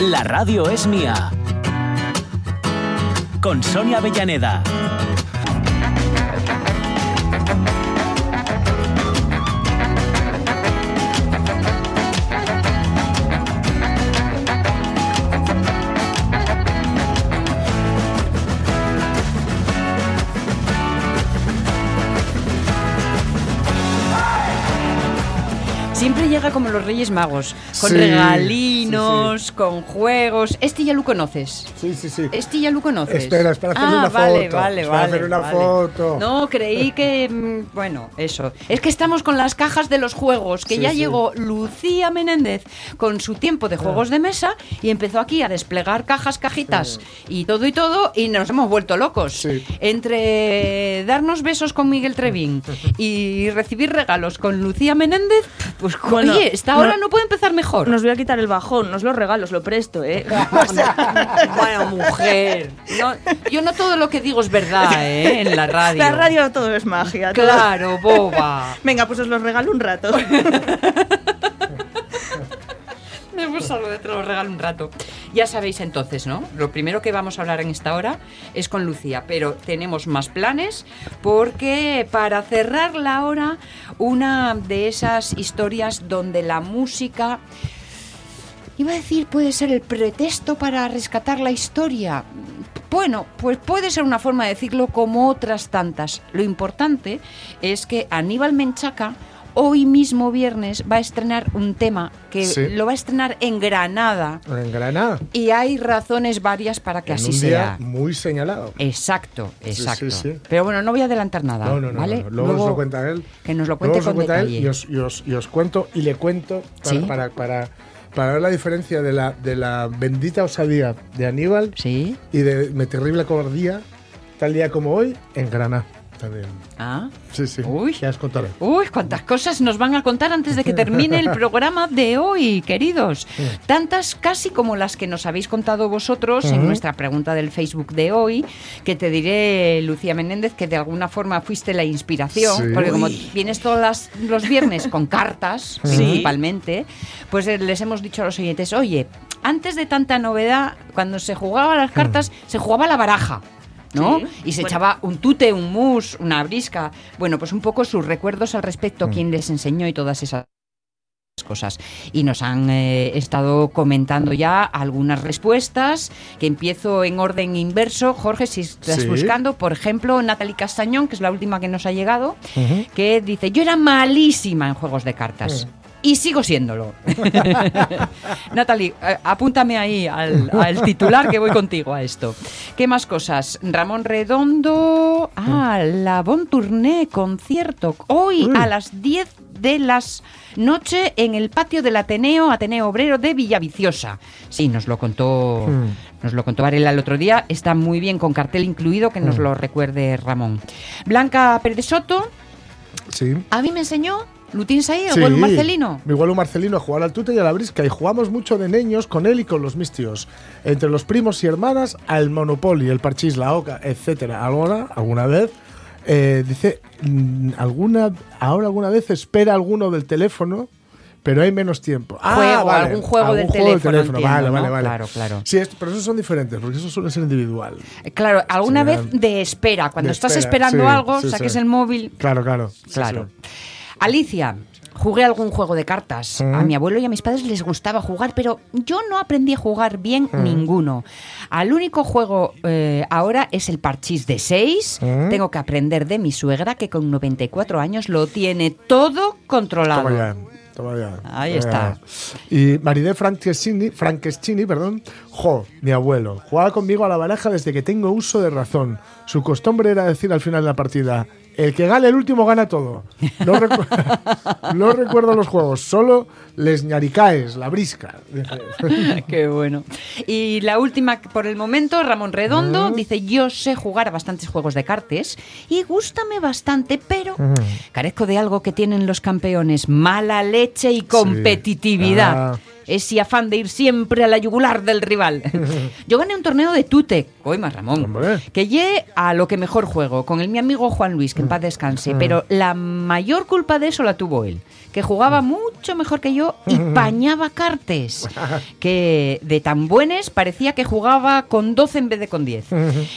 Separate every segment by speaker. Speaker 1: La radio es mía. Con Sonia Avellaneda.
Speaker 2: Siempre llega como los Reyes Magos, con
Speaker 3: Sí,
Speaker 2: regalinos, con juegos. Este ya lo conoces.
Speaker 3: Sí, sí, sí.
Speaker 2: Este ya lo conoces.
Speaker 3: Espera, espera, hacerle
Speaker 2: ah,
Speaker 3: una
Speaker 2: vale,
Speaker 3: foto.
Speaker 2: Vale,
Speaker 3: Espera,
Speaker 2: vale,
Speaker 3: hacerle una
Speaker 2: vale.
Speaker 3: foto.
Speaker 2: No, creí que. mm, Bueno, eso. Es que estamos con las cajas de los juegos, que
Speaker 3: Sí,
Speaker 2: ya
Speaker 3: sí.
Speaker 2: llegó Lucía Menéndez con su tiempo de
Speaker 3: Ah.
Speaker 2: juegos de mesa y empezó aquí a desplegar cajas, cajitas y todo y todo, y nos hemos vuelto locos.
Speaker 3: Sí.
Speaker 2: Entre darnos besos con Miguel Trevín y recibir regalos con Lucía Menéndez, pues
Speaker 4: Bueno,
Speaker 2: oye, esta hora
Speaker 4: no-
Speaker 2: no puede empezar mejor.
Speaker 4: Nos voy a quitar el bajón, nos los regalos, lo presto, ¿eh?
Speaker 2: bueno, mujer. no- yo no todo lo que digo es verdad, ¿eh? En la radio.
Speaker 4: La radio todo es magia. todo-
Speaker 2: Claro, boba.
Speaker 4: Venga, pues os los regalo un rato.
Speaker 2: Hemos hablado de te lo regalo un rato. Ya sabéis entonces, ¿no? Lo primero que vamos a hablar en esta hora es con Lucía, pero tenemos más planes porque para cerrar la hora, una de esas historias donde la música... Iba a decir, puede ser el pretexto para rescatar la historia. Bueno, pues puede ser una forma de decirlo como otras tantas. Lo importante es que Aníbal Menchaca hoy mismo viernes va a estrenar un tema que
Speaker 3: Sí.
Speaker 2: lo va a estrenar en Granada
Speaker 3: En Granada.
Speaker 2: y hay razones varias para que
Speaker 3: en
Speaker 2: así
Speaker 3: un
Speaker 2: sea.
Speaker 3: día muy señalado.
Speaker 2: Exacto,
Speaker 3: sí,
Speaker 2: exacto.
Speaker 3: sí.
Speaker 2: Pero bueno, no voy a adelantar nada,
Speaker 3: No, no, no,
Speaker 2: ¿vale?
Speaker 3: no, no. Luego, os lo cuenta él.
Speaker 2: que nos lo
Speaker 3: Luego
Speaker 2: cuente
Speaker 3: os lo
Speaker 2: con
Speaker 3: cuenta él
Speaker 2: detalle.
Speaker 3: y os, y os- y os cuento y le cuento para,
Speaker 2: Sí.
Speaker 3: para, para- para ver la diferencia de la, de la bendita osadía de Aníbal
Speaker 2: Sí.
Speaker 3: y de mi terrible cobardía, tal día como hoy, en Granada. También.
Speaker 2: Ah.
Speaker 3: Sí, sí.
Speaker 2: Uy.
Speaker 3: Ya os contaré.
Speaker 2: Uy, cuántas cosas nos van a contar antes de que termine el programa de hoy, queridos. Tantas casi como las que nos habéis contado vosotros en
Speaker 3: Ujú.
Speaker 2: nuestra pregunta del Facebook de hoy, que te diré, Lucía Menéndez, que de alguna forma fuiste la inspiración,
Speaker 3: Sí.
Speaker 2: porque como
Speaker 4: Uy.
Speaker 2: vienes todos las- los viernes con cartas,
Speaker 4: Sí.
Speaker 2: principalmente, pues eh, les hemos dicho a los oyentes, oye, antes de tanta novedad, cuando se jugaba a las cartas, se jugaba a la baraja. ¿no?
Speaker 4: Sí.
Speaker 2: Y se
Speaker 4: Bueno.
Speaker 2: echaba un tute, un mus, una brisca. Bueno, pues un poco sus recuerdos al respecto, quién les enseñó y todas esas cosas. Y nos han eh, estado comentando ya algunas respuestas, que empiezo en orden inverso. Jorge, si estás
Speaker 3: Sí.
Speaker 2: buscando, por ejemplo, Natalie Castañón, que es la última que nos ha llegado, que dice, yo era malísima en juegos de cartas. Y sigo siéndolo. Natalie, eh, apúntame ahí al, al titular que voy contigo a esto. ¿Qué más cosas? Ramón Redondo. Ah, la Bon Tourné concierto. Hoy a las 10 de las noche en el patio del Ateneo, Ateneo Obrero de Villaviciosa. Sí, nos lo contó, nos lo contó Varela el otro día. Está muy bien con cartel incluido, que nos lo recuerde Ramón. Blanca Pérez Soto,
Speaker 3: Sí.
Speaker 2: a mí me enseñó Lutín Saí
Speaker 3: Sí.
Speaker 2: o Golu Marcelino.
Speaker 3: Mi abuelo Marcelino a jugar al tute y a la brisca y jugamos mucho de niños con él y con los mis tíos. Entre los primos y hermanas, al Monopoly, el Parchís, la Oca, etcétera. Alguna, alguna vez, eh, dice, mm, alguna, ahora alguna vez espera alguno del teléfono, pero hay menos tiempo. Ah,
Speaker 2: Juego,
Speaker 3: vale,
Speaker 2: algún juego del teléfono, entiendo,
Speaker 3: vale, vale,
Speaker 2: ¿no?
Speaker 3: vale.
Speaker 2: Claro, claro.
Speaker 3: Sí, es- pero esos son diferentes, porque eso suele ser individual.
Speaker 2: Eh, Claro, alguna
Speaker 3: Sí,
Speaker 2: vez
Speaker 3: eran-
Speaker 2: de espera. Cuando
Speaker 3: De
Speaker 2: estás
Speaker 3: espera,
Speaker 2: esperando
Speaker 3: sí,
Speaker 2: algo,
Speaker 3: sí,
Speaker 2: saques
Speaker 3: sí.
Speaker 2: el móvil.
Speaker 3: Claro, claro. Sí,
Speaker 2: Claro.
Speaker 3: sí.
Speaker 2: Alicia, jugué algún juego de cartas. A mi abuelo y a mis padres les gustaba jugar, pero yo no aprendí a jugar bien ninguno. Al único juego eh, ahora es el parchís de 6. Tengo que aprender de mi suegra, que con 94 años lo tiene todo controlado.
Speaker 3: Toma ya, toma ya.
Speaker 2: Ahí
Speaker 3: Toma
Speaker 2: está.
Speaker 3: ya. Y Maridé Franceschini, Franceschini, perdón, jo, mi abuelo, jugaba conmigo a la baraja desde que tengo uso de razón. Su costumbre era decir al final de la partida, El que gane el último gana todo. No, recu- no recuerdo los juegos, solo les ñaricaes, la brisca. Dije.
Speaker 2: Qué bueno. Y la última por el momento, Ramón Redondo dice, yo sé jugar a bastantes juegos de cartas y gústame bastante, pero carezco de algo que tienen los campeones, mala leche y competitividad.
Speaker 3: Ah.
Speaker 2: Ese afán de ir siempre a la yugular del rival. Yo gané un torneo de tute, coima Ramón,
Speaker 3: Hombre.
Speaker 2: que llegué a lo que mejor juego, con el mi amigo Juan Luis, que en paz descanse, pero la mayor culpa de eso la tuvo él, que jugaba mucho mejor que yo y pañaba cartes, que de tan buenos parecía que jugaba con 12 en vez de con 10.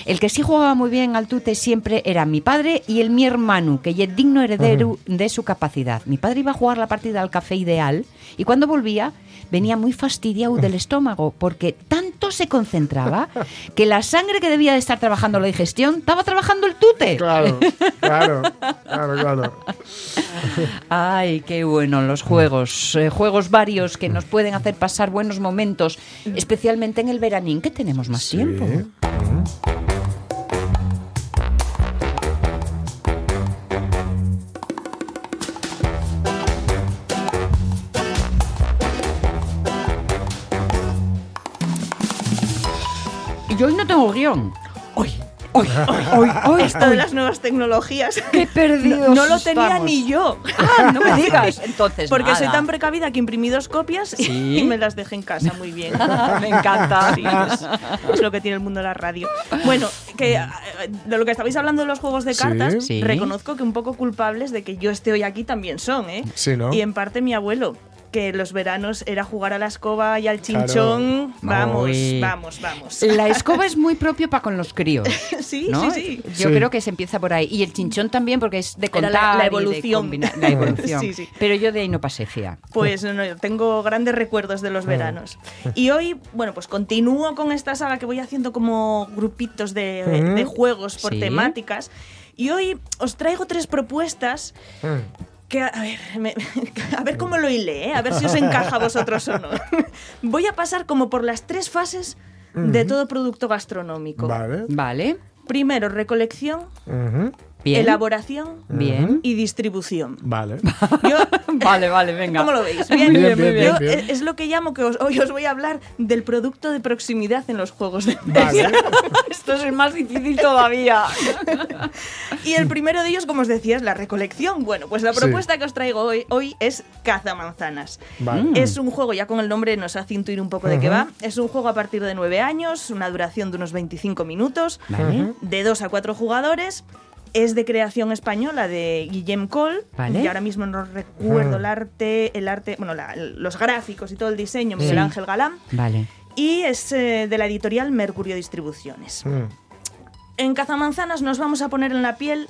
Speaker 2: El que sí jugaba muy bien al tute siempre era mi padre y el mi hermano, que ya es digno heredero de su capacidad. Mi padre iba a jugar la partida al café ideal y cuando volvía venía muy fastidiado del estómago porque tanto se concentraba que la sangre que debía de estar trabajando la digestión estaba trabajando el tute.
Speaker 3: Claro, claro, claro, claro.
Speaker 2: Ay, qué bueno los juegos. eh, juegos varios que nos pueden hacer pasar buenos momentos, especialmente en el veranín, que tenemos más tiempo.
Speaker 4: Mm.
Speaker 2: Y yo hoy no tengo guión. Hoy, hoy, hoy, hoy.
Speaker 4: Esto de las nuevas tecnologías.
Speaker 2: Qué perdidos
Speaker 4: No, no lo tenía
Speaker 2: estamos.
Speaker 4: ni yo.
Speaker 2: Ah, no me digas. Entonces,
Speaker 4: Porque soy
Speaker 2: nada.
Speaker 4: tan precavida que imprimí dos copias y-
Speaker 2: Sí.
Speaker 4: y me las dejé en casa muy bien.
Speaker 2: Me encanta.
Speaker 4: Sí, es, es lo que tiene el mundo de la radio. Bueno, que eh, de lo que estabais hablando de los juegos de
Speaker 3: Sí.
Speaker 4: cartas,
Speaker 2: Sí.
Speaker 4: reconozco que un poco culpables de que yo esté hoy aquí también son, ¿eh?
Speaker 3: Sí, ¿no?
Speaker 4: Y en parte mi abuelo, que los veranos era jugar a la escoba y al chinchón. Vamos,
Speaker 2: Uy.
Speaker 4: vamos, vamos.
Speaker 2: La escoba es muy propio para con los críos.
Speaker 4: Sí,
Speaker 2: ¿no?
Speaker 4: sí, sí.
Speaker 2: Yo
Speaker 3: Sí.
Speaker 2: creo que se empieza por ahí. Y el chinchón también, porque es de
Speaker 4: Era la-
Speaker 2: contar.
Speaker 4: la
Speaker 2: y de
Speaker 4: evolución.
Speaker 2: combinar- la evolución.
Speaker 4: Sí, sí.
Speaker 2: Pero yo de ahí no pasé, fía.
Speaker 4: Pues no, no, yo tengo grandes recuerdos de
Speaker 2: Mm.
Speaker 4: los veranos. Y hoy, bueno, pues continúo con esta saga que voy haciendo como grupitos de, de- de juegos por
Speaker 2: Mm. Sí.
Speaker 4: temáticas. Y hoy os traigo tres propuestas que, a ver, me- a ver cómo lo hilé, ¿eh? a ver si os encaja a vosotros o no. Voy a pasar como por las tres fases de todo producto gastronómico.
Speaker 3: Vale.
Speaker 2: Vale.
Speaker 4: Primero, recolección,
Speaker 3: Ujú.
Speaker 2: Bien.
Speaker 4: elaboración
Speaker 2: Bien.
Speaker 4: y distribución.
Speaker 3: Vale.
Speaker 4: Yo
Speaker 2: Vale, vale, venga.
Speaker 4: ¿Cómo lo veis?
Speaker 3: Bien, bien, bien,
Speaker 4: Yo,
Speaker 3: bien.
Speaker 4: eh, Es lo que llamo que os- hoy os voy a hablar del producto de proximidad en los juegos de mesa.
Speaker 3: Vale.
Speaker 2: Esto es más difícil todavía.
Speaker 4: Y el primero de ellos, como os decía, es la recolección. Bueno, pues la
Speaker 3: Sí.
Speaker 4: propuesta que os traigo hoy, hoy es Cazamanzanas.
Speaker 3: Vale.
Speaker 4: Es un juego, ya con el nombre nos hace intuir un poco de qué va. Es un juego a partir de 9 años, una duración de unos 25 minutos,
Speaker 2: Vale.
Speaker 4: de 2 a 4 jugadores. Es de creación española de Guillem Col.
Speaker 2: Vale.
Speaker 4: Y ahora mismo no recuerdo el arte, el arte, bueno, la- los gráficos y todo el diseño, Miguel Ángel Galán.
Speaker 2: Vale.
Speaker 4: Y es eh, de la editorial Mercurio Distribuciones.
Speaker 3: Mm.
Speaker 4: En Cazamanzanas nos vamos a poner en la piel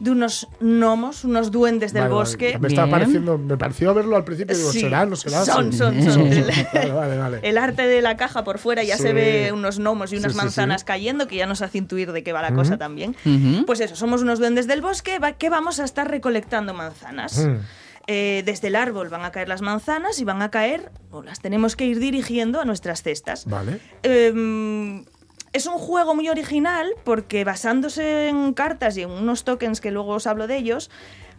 Speaker 4: de unos gnomos, unos duendes del
Speaker 3: Vale, vale.
Speaker 4: bosque.
Speaker 3: Me está
Speaker 2: Bien.
Speaker 3: pareciendo, me pareció verlo al principio y digo,
Speaker 4: Sí.
Speaker 3: ¿será? ¿No será?
Speaker 4: Son,
Speaker 3: Sí.
Speaker 4: son, son.
Speaker 3: Vale, vale, vale.
Speaker 4: El arte de la caja por fuera ya
Speaker 3: Sí.
Speaker 4: se ve unos gnomos y unas
Speaker 3: Sí, sí,
Speaker 4: manzanas
Speaker 3: sí.
Speaker 4: cayendo, que ya nos hace intuir de qué va la cosa también.
Speaker 2: Ujú.
Speaker 4: Pues eso, somos unos duendes del bosque va- que vamos a estar recolectando manzanas.
Speaker 3: Mm.
Speaker 4: Eh, desde el árbol van a caer las manzanas y van a caer, o las tenemos que ir dirigiendo a nuestras cestas.
Speaker 3: Vale.
Speaker 4: Eh, es un juego muy original porque basándose en cartas y en unos tokens que luego os hablo de ellos,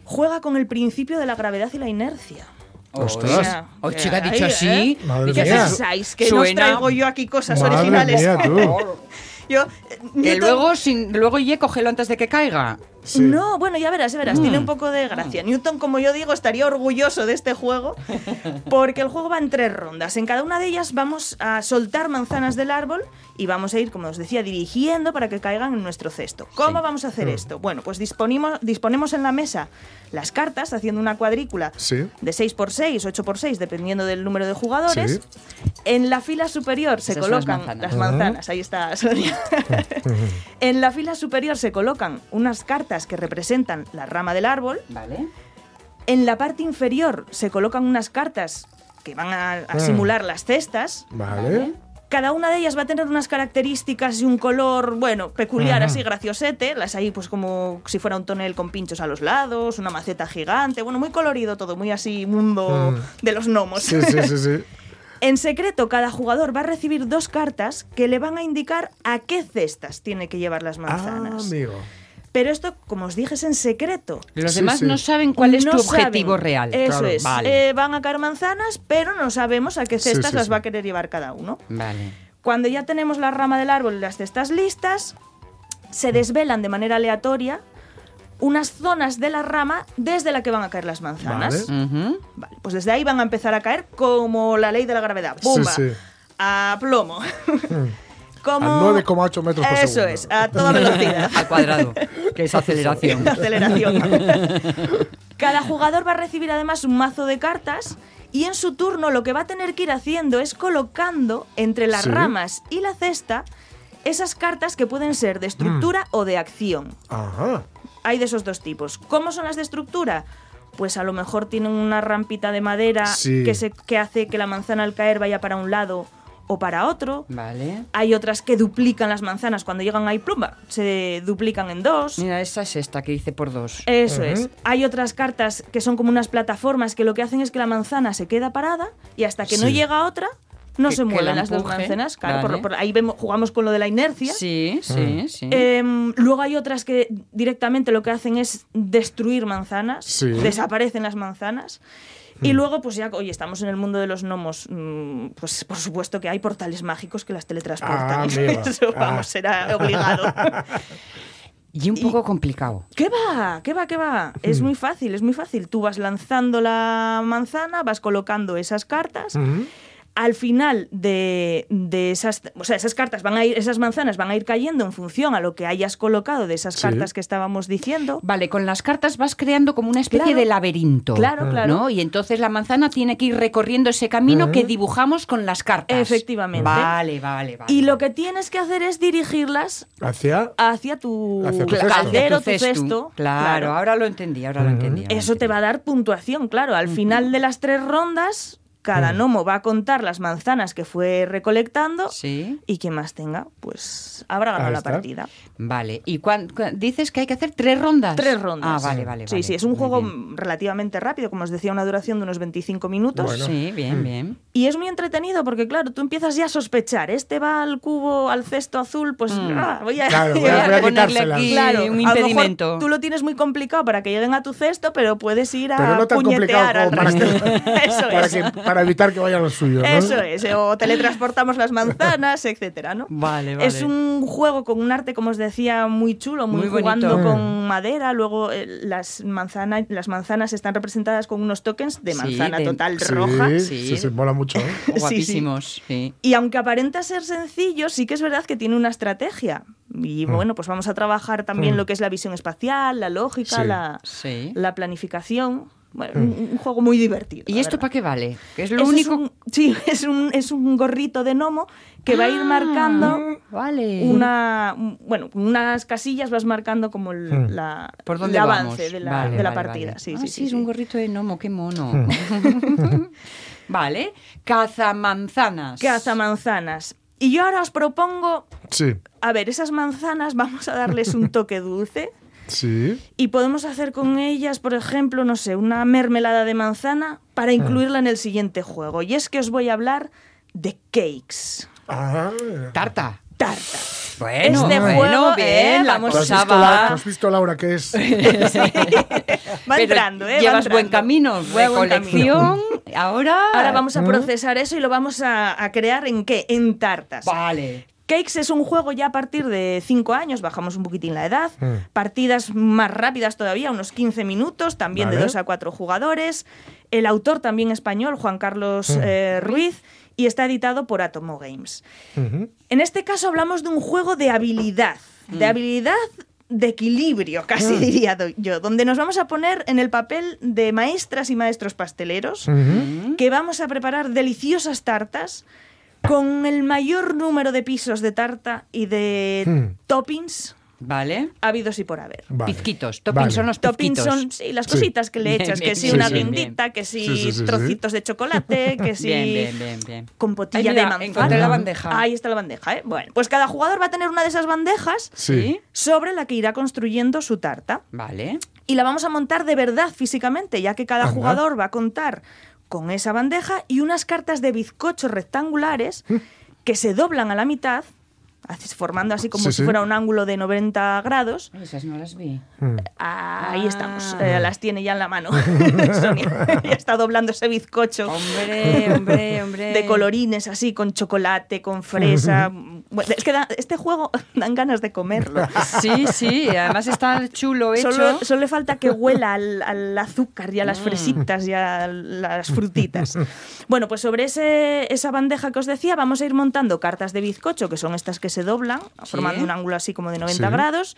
Speaker 4: juega con el principio de la gravedad y la inercia.
Speaker 3: Ostras.
Speaker 4: O sea,
Speaker 2: Oh, chica,
Speaker 4: ahí,
Speaker 2: dicho así.
Speaker 4: ¿eh?
Speaker 3: Madre
Speaker 4: Ya
Speaker 2: dicho
Speaker 3: mía.
Speaker 2: así,
Speaker 4: pensáis que no os
Speaker 2: suena-
Speaker 4: traigo yo aquí cosas
Speaker 3: Ah, Madre
Speaker 4: originales.
Speaker 3: mía, tú.
Speaker 4: Yo, eh,
Speaker 2: Que
Speaker 4: Newton-
Speaker 2: luego, sin, luego ye cógelo antes de que caiga.
Speaker 3: Sí.
Speaker 4: No, bueno, ya verás, ya verás, tiene un poco de gracia. Newton, como yo digo, estaría orgulloso de este juego, porque el juego va en tres rondas. En cada una de ellas vamos a soltar manzanas del árbol y vamos a ir, como os decía, dirigiendo para que caigan en nuestro cesto. ¿Cómo vamos a hacer esto? Bueno, pues disponimos, disponemos en la mesa las cartas haciendo una cuadrícula
Speaker 3: Sí.
Speaker 4: de 6x6, 8x6, dependiendo del número de jugadores.
Speaker 3: Sí.
Speaker 4: En la fila superior se
Speaker 2: Esas son las
Speaker 4: colocan
Speaker 2: manzanas.
Speaker 4: las manzanas. Ahí está Sonia. en la fila superior se colocan unas cartas que representan la rama del árbol.
Speaker 2: Vale.
Speaker 4: En la parte inferior se colocan unas cartas que van a, a simular las cestas.
Speaker 3: Vale.
Speaker 4: Cada una de ellas va a tener unas características y un color, bueno, peculiar, así graciosete. Las hay pues como si fuera un tonel con pinchos a los lados, una maceta gigante, bueno, muy colorido todo, muy así mundo de los gnomos.
Speaker 3: Mm. Sí, sí, sí, sí.
Speaker 4: En secreto, cada jugador va a recibir dos cartas que le van a indicar a qué cestas tiene que llevar las
Speaker 3: Ah,
Speaker 4: manzanas.
Speaker 3: amigo.
Speaker 4: Pero esto, como os dije, es en secreto.
Speaker 2: Los
Speaker 3: Sí,
Speaker 2: demás
Speaker 3: sí.
Speaker 2: no saben cuál es
Speaker 4: No
Speaker 2: tu
Speaker 4: saben.
Speaker 2: objetivo real.
Speaker 4: Eso
Speaker 3: Claro.
Speaker 4: es.
Speaker 2: Vale.
Speaker 4: Eh, van a caer manzanas, pero no sabemos a qué
Speaker 3: Sí,
Speaker 4: cestas
Speaker 3: sí,
Speaker 4: las
Speaker 3: sí.
Speaker 4: va a querer llevar cada uno.
Speaker 2: Vale.
Speaker 4: Cuando ya tenemos la rama del árbol y las cestas listas, se desvelan de manera aleatoria unas zonas de la rama desde la que van a caer las manzanas.
Speaker 3: Vale.
Speaker 2: Ujú.
Speaker 4: Vale, pues desde ahí van a empezar a caer como la ley de la gravedad. ¡Bumba!
Speaker 3: Sí, sí.
Speaker 4: A plomo. como...
Speaker 3: A 9,8 metros por
Speaker 4: Eso
Speaker 3: segundo.
Speaker 4: es, a toda velocidad.
Speaker 2: Al cuadrado, que es aceleración.
Speaker 4: Aceleración. Cada jugador va a recibir además un mazo de cartas y en su turno lo que va a tener que ir haciendo es colocando entre las
Speaker 3: Sí.
Speaker 4: ramas y la cesta esas cartas que pueden ser de
Speaker 3: Mm.
Speaker 4: estructura o de acción.
Speaker 3: Ajá.
Speaker 4: Hay de esos dos tipos. ¿Cómo son las de estructura? Pues a lo mejor tienen una rampita de madera
Speaker 3: Sí.
Speaker 4: que, se- que hace que la manzana al caer vaya para un lado o para otro.
Speaker 3: Mm.
Speaker 2: Vale.
Speaker 4: Hay otras que duplican las manzanas cuando llegan ahí plumba. Se duplican en dos.
Speaker 2: Mira, esa es esta que hice por dos.
Speaker 4: Eso es. Hay otras cartas que son como unas plataformas que lo que hacen es que la manzana se queda parada y hasta que no
Speaker 3: Sí.
Speaker 4: llega otra, no
Speaker 2: Que-
Speaker 4: se
Speaker 2: que
Speaker 4: mueven
Speaker 2: la
Speaker 4: las dos
Speaker 2: empuje.
Speaker 4: manzanas. Claro,
Speaker 2: Vale.
Speaker 4: por- por- ahí vemos, jugamos con lo de la inercia.
Speaker 2: Sí, sí, sí.
Speaker 4: Em, luego hay otras que directamente lo que hacen es destruir manzanas,
Speaker 3: Sí. Mm.
Speaker 4: desaparecen las manzanas. Y luego, pues ya, oye, estamos en el mundo de los gnomos. mm, Pues por supuesto que hay portales mágicos que las teletransportan.
Speaker 3: Ah, amiga.
Speaker 4: Eso, vamos,
Speaker 3: Ah.
Speaker 4: será obligado.
Speaker 2: y un poco complicado.
Speaker 4: ¿Qué va? ¿Qué va? ¿Qué va?
Speaker 3: Hmm.
Speaker 4: Es muy fácil, es muy fácil. Tú vas lanzando la manzana, vas colocando esas cartas.
Speaker 3: Hmm.
Speaker 4: Al final de, de esas, o sea, esas cartas van a ir, esas manzanas van a ir cayendo en función a lo que hayas colocado de esas
Speaker 3: Sí.
Speaker 4: cartas que estábamos diciendo.
Speaker 2: Vale, con las cartas vas creando como una especie
Speaker 4: Claro.
Speaker 2: de laberinto.
Speaker 4: Claro, claro.
Speaker 2: ¿no? Y entonces la manzana tiene que ir recorriendo ese camino que dibujamos con las cartas.
Speaker 4: Efectivamente.
Speaker 2: Vale, vale, vale.
Speaker 4: Y lo que tienes que hacer es dirigirlas
Speaker 3: Hacia.
Speaker 4: hacia tu,
Speaker 3: Hacia tu
Speaker 2: Claro,
Speaker 3: cesto.
Speaker 4: caldero, tu
Speaker 2: cesto.
Speaker 4: cesto.
Speaker 2: Claro, ahora lo entendí, ahora lo entendí. ahora lo
Speaker 4: Eso te va a dar puntuación, claro. Al final de las tres rondas,
Speaker 2: Mm.
Speaker 4: cada gnomo va a contar las manzanas que fue recolectando
Speaker 2: Sí. Ah,
Speaker 4: y quien más tenga, pues habrá ganado
Speaker 3: Ahí
Speaker 4: la
Speaker 3: está.
Speaker 4: partida.
Speaker 2: Vale, y cuán- cu- dices que hay que hacer tres rondas.
Speaker 4: Tres rondas.
Speaker 2: Ah, vale, vale.
Speaker 4: Sí,
Speaker 2: vale.
Speaker 4: sí, es un
Speaker 2: Muy
Speaker 4: juego
Speaker 2: bien.
Speaker 4: relativamente rápido, como os decía, una duración de unos 25 minutos.
Speaker 3: Bueno.
Speaker 2: Sí, bien, bien.
Speaker 4: Y es muy entretenido porque, claro, tú empiezas ya a sospechar. Este va al cubo, al cesto azul, pues ah, voy a...
Speaker 3: Claro, voy a-
Speaker 4: voy
Speaker 3: voy
Speaker 4: a-
Speaker 3: a
Speaker 2: ponerle
Speaker 3: quitárselas.
Speaker 2: aquí
Speaker 4: Claro,
Speaker 2: Mm. un
Speaker 4: a lo mejor
Speaker 2: impedimento.
Speaker 4: tú lo tienes muy complicado para que lleguen a tu cesto, pero puedes ir a
Speaker 3: Pero no tan
Speaker 4: puñetear
Speaker 3: complicado
Speaker 4: al
Speaker 3: como para que-
Speaker 4: resto. Eso
Speaker 3: Para,
Speaker 4: es.
Speaker 3: que- para evitar que vayan los suyos. ¿no?
Speaker 4: Eso es, o teletransportamos las manzanas, etcétera, ¿no?
Speaker 2: Vale, vale.
Speaker 4: Es un juego con un arte, como os decía, muy chulo,
Speaker 2: Muy
Speaker 4: muy,
Speaker 2: bonito. Mm.
Speaker 4: jugando con madera. Luego eh, las, manzana- las manzanas están representadas con unos tokens de
Speaker 2: Sí,
Speaker 4: manzana
Speaker 2: de-
Speaker 4: total
Speaker 3: Sí,
Speaker 4: roja.
Speaker 3: Sí,
Speaker 2: Sí.
Speaker 3: sí, mola mucho. ¿eh?
Speaker 2: Guapísimos, sí.
Speaker 4: Y aunque aparenta ser sencillo, sí que es verdad que tiene una estrategia. Y
Speaker 2: Mm.
Speaker 4: bueno, pues vamos a trabajar también lo que es la visión espacial, la lógica,
Speaker 3: Sí.
Speaker 4: la,
Speaker 2: Sí. Mm.
Speaker 4: la planificación. Bueno, un, un juego muy divertido.
Speaker 2: ¿Y
Speaker 4: la
Speaker 2: esto
Speaker 4: verdad.
Speaker 2: para qué vale? Que es lo
Speaker 4: Eso es
Speaker 2: único.
Speaker 4: un- sí, es un, es un gorrito de gnomo que va a ir marcando
Speaker 2: Ah, Vale.
Speaker 4: una un- bueno unas casillas vas marcando como el, la-
Speaker 2: ¿Por
Speaker 4: el
Speaker 2: dónde
Speaker 4: avance
Speaker 2: vamos?
Speaker 4: de la,
Speaker 2: Vale,
Speaker 4: de la
Speaker 2: vale,
Speaker 4: partida
Speaker 2: vale.
Speaker 4: sí,
Speaker 2: Ah,
Speaker 4: sí, sí,
Speaker 2: es
Speaker 4: sí.
Speaker 2: un gorrito de gnomo, qué mono. vale. Cazamanzanas.
Speaker 4: cazamanzanas y yo ahora os propongo
Speaker 3: Sí,
Speaker 4: a ver esas manzanas vamos a darles un toque dulce
Speaker 3: sí.
Speaker 4: y podemos hacer con ellas por ejemplo no sé una mermelada de manzana para incluirla en el siguiente juego y es que os voy a hablar de cakes
Speaker 3: Ah,
Speaker 2: Tarta.
Speaker 4: tarta
Speaker 2: Bueno,
Speaker 4: Este
Speaker 2: bueno,
Speaker 4: juego,
Speaker 2: bien,
Speaker 4: eh,
Speaker 2: la
Speaker 4: vamos-
Speaker 3: ¿tú has,
Speaker 2: cosa
Speaker 3: visto la-
Speaker 2: va.
Speaker 3: tú has visto, Laura, que es.
Speaker 4: va
Speaker 2: Pero
Speaker 4: entrando eh va
Speaker 2: Llevas buen
Speaker 4: entrando.
Speaker 2: camino,
Speaker 4: Buen
Speaker 2: de
Speaker 4: camino.
Speaker 2: colección. ¿Mm? Ahora.
Speaker 4: Ahora vamos a procesar eso y lo vamos a, a crear en qué? En tartas.
Speaker 2: Vale.
Speaker 4: Cakes es un juego ya a partir de 5 años, bajamos un poquitín la edad, partidas más rápidas todavía, unos 15 minutos, también de
Speaker 3: Vale.
Speaker 4: 2 a 4 jugadores. El autor también español, Juan Carlos eh, Ruiz, y está editado por Atomo Games.
Speaker 3: Ujú.
Speaker 4: En este caso hablamos de un juego de habilidad, de habilidad de equilibrio, casi diría do- yo, donde nos vamos a poner en el papel de maestras y maestros pasteleros, que vamos a preparar deliciosas tartas con el mayor número de pisos de tarta y de
Speaker 3: Mm.
Speaker 4: toppings
Speaker 2: Vale.
Speaker 4: habidos y por haber.
Speaker 3: Vale.
Speaker 2: Pizquitos. Toppings
Speaker 3: Vale.
Speaker 2: son los
Speaker 4: Toppings
Speaker 2: pizquitos.
Speaker 4: son sí, las
Speaker 3: Sí.
Speaker 4: cositas que le
Speaker 2: Bien,
Speaker 4: echas,
Speaker 2: bien,
Speaker 4: que si
Speaker 3: bien,
Speaker 4: una
Speaker 3: bien, bien.
Speaker 4: guindita, que si
Speaker 3: Sí, sí, sí, sí.
Speaker 4: trocitos de chocolate, que si
Speaker 2: Bien, bien, bien, bien. Ay,
Speaker 4: compotilla
Speaker 2: mira,
Speaker 4: de manzana.
Speaker 2: encontré la bandeja.
Speaker 4: Ahí está la bandeja, ¿eh? Bueno, pues cada jugador va a tener una de esas bandejas
Speaker 3: Sí.
Speaker 4: sobre la que irá construyendo su tarta.
Speaker 2: Vale.
Speaker 4: Y la vamos a montar de verdad físicamente, ya que cada
Speaker 3: Anda.
Speaker 4: jugador va a contar con esa
Speaker 3: Mm.
Speaker 4: bandeja y unas cartas de bizcocho rectangulares que se doblan a la mitad haces- formando así como
Speaker 3: Sí,
Speaker 4: si
Speaker 3: sí.
Speaker 4: fuera un ángulo de 90 grados.
Speaker 2: Esas no las vi. Ah.
Speaker 4: Ahí estamos, eh, las tiene ya en la mano. Sonia ya está doblando ese bizcocho
Speaker 2: Hombre, hombre, hombre.
Speaker 4: de colorines así, con chocolate, con fresa. Bueno, es que da- este juego dan ganas de comerlo.
Speaker 2: Sí, sí, además está chulo hecho. Mm.
Speaker 4: Solo, solo le falta que huela al, al azúcar y a las fresitas y a las frutitas. Bueno, pues sobre ese- esa bandeja que os decía, vamos a ir montando cartas de bizcocho, que son estas que se doblan,
Speaker 2: Sí.
Speaker 4: formando un ángulo así como de 90
Speaker 3: Sí.
Speaker 4: grados.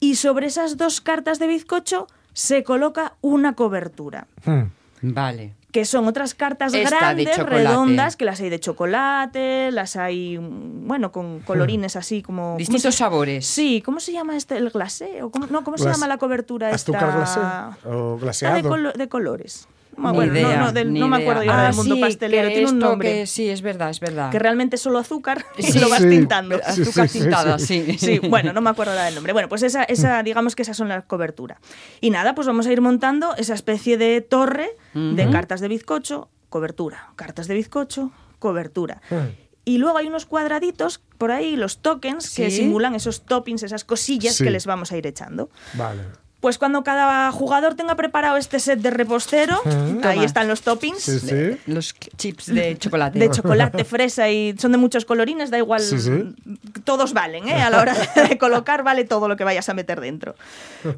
Speaker 4: Y sobre esas dos cartas de bizcocho se coloca una cobertura,
Speaker 3: Hmm.
Speaker 2: Vale.
Speaker 4: que son otras cartas
Speaker 2: Esta de
Speaker 4: grandes,
Speaker 2: chocolate.
Speaker 4: redondas, que las hay de chocolate, las hay, mm, bueno, con colorines así como... ¿cómo
Speaker 2: Hmm. Distintos
Speaker 4: se-
Speaker 2: sabores.
Speaker 4: Sí, ¿cómo se llama este? ¿El glacé? ¿O cómo- no, ¿cómo se
Speaker 3: Glas-
Speaker 4: llama la cobertura esta?
Speaker 3: ¿Azúcar glacé? ¿O
Speaker 4: Ah, de,
Speaker 3: glaseado?
Speaker 4: colo- de colores.
Speaker 2: Ni
Speaker 4: bueno, no,
Speaker 2: idea,
Speaker 4: no, del-
Speaker 2: ni
Speaker 4: no me
Speaker 2: idea.
Speaker 4: acuerdo yo ahora
Speaker 2: Ah,
Speaker 4: del mundo
Speaker 2: sí,
Speaker 4: pastelero,
Speaker 2: que
Speaker 4: tiene un
Speaker 2: esto
Speaker 4: nombre.
Speaker 2: que- sí, es verdad, es verdad.
Speaker 4: Que realmente es solo azúcar y
Speaker 2: Sí.
Speaker 4: lo vas
Speaker 3: Sí.
Speaker 4: pintando.
Speaker 3: Sí,
Speaker 2: Azúcar
Speaker 3: sí, sí,
Speaker 2: tintada,
Speaker 3: sí.
Speaker 2: sí.
Speaker 4: Sí, bueno, no me acuerdo ahora del nombre. Bueno, pues esa, esa digamos que esas son las coberturas. Y nada, pues vamos a ir montando esa especie de torre de cartas de bizcocho, cobertura, cartas de bizcocho, cobertura. Y luego hay unos cuadraditos por ahí, los tokens, que
Speaker 2: Sí.
Speaker 4: simulan esos toppings, esas cosillas
Speaker 3: Sí.
Speaker 4: que les vamos a ir echando.
Speaker 3: Vale.
Speaker 4: Pues cuando cada jugador tenga preparado este set de repostero, ahí
Speaker 2: Toma.
Speaker 4: están los toppings.
Speaker 3: Sí, sí.
Speaker 2: Los chips de chocolate.
Speaker 4: De chocolate, fresa y son de muchos colorines, da igual,
Speaker 3: Sí, sí.
Speaker 4: todos valen, ¿eh? a la hora de colocar vale todo lo que vayas a meter dentro.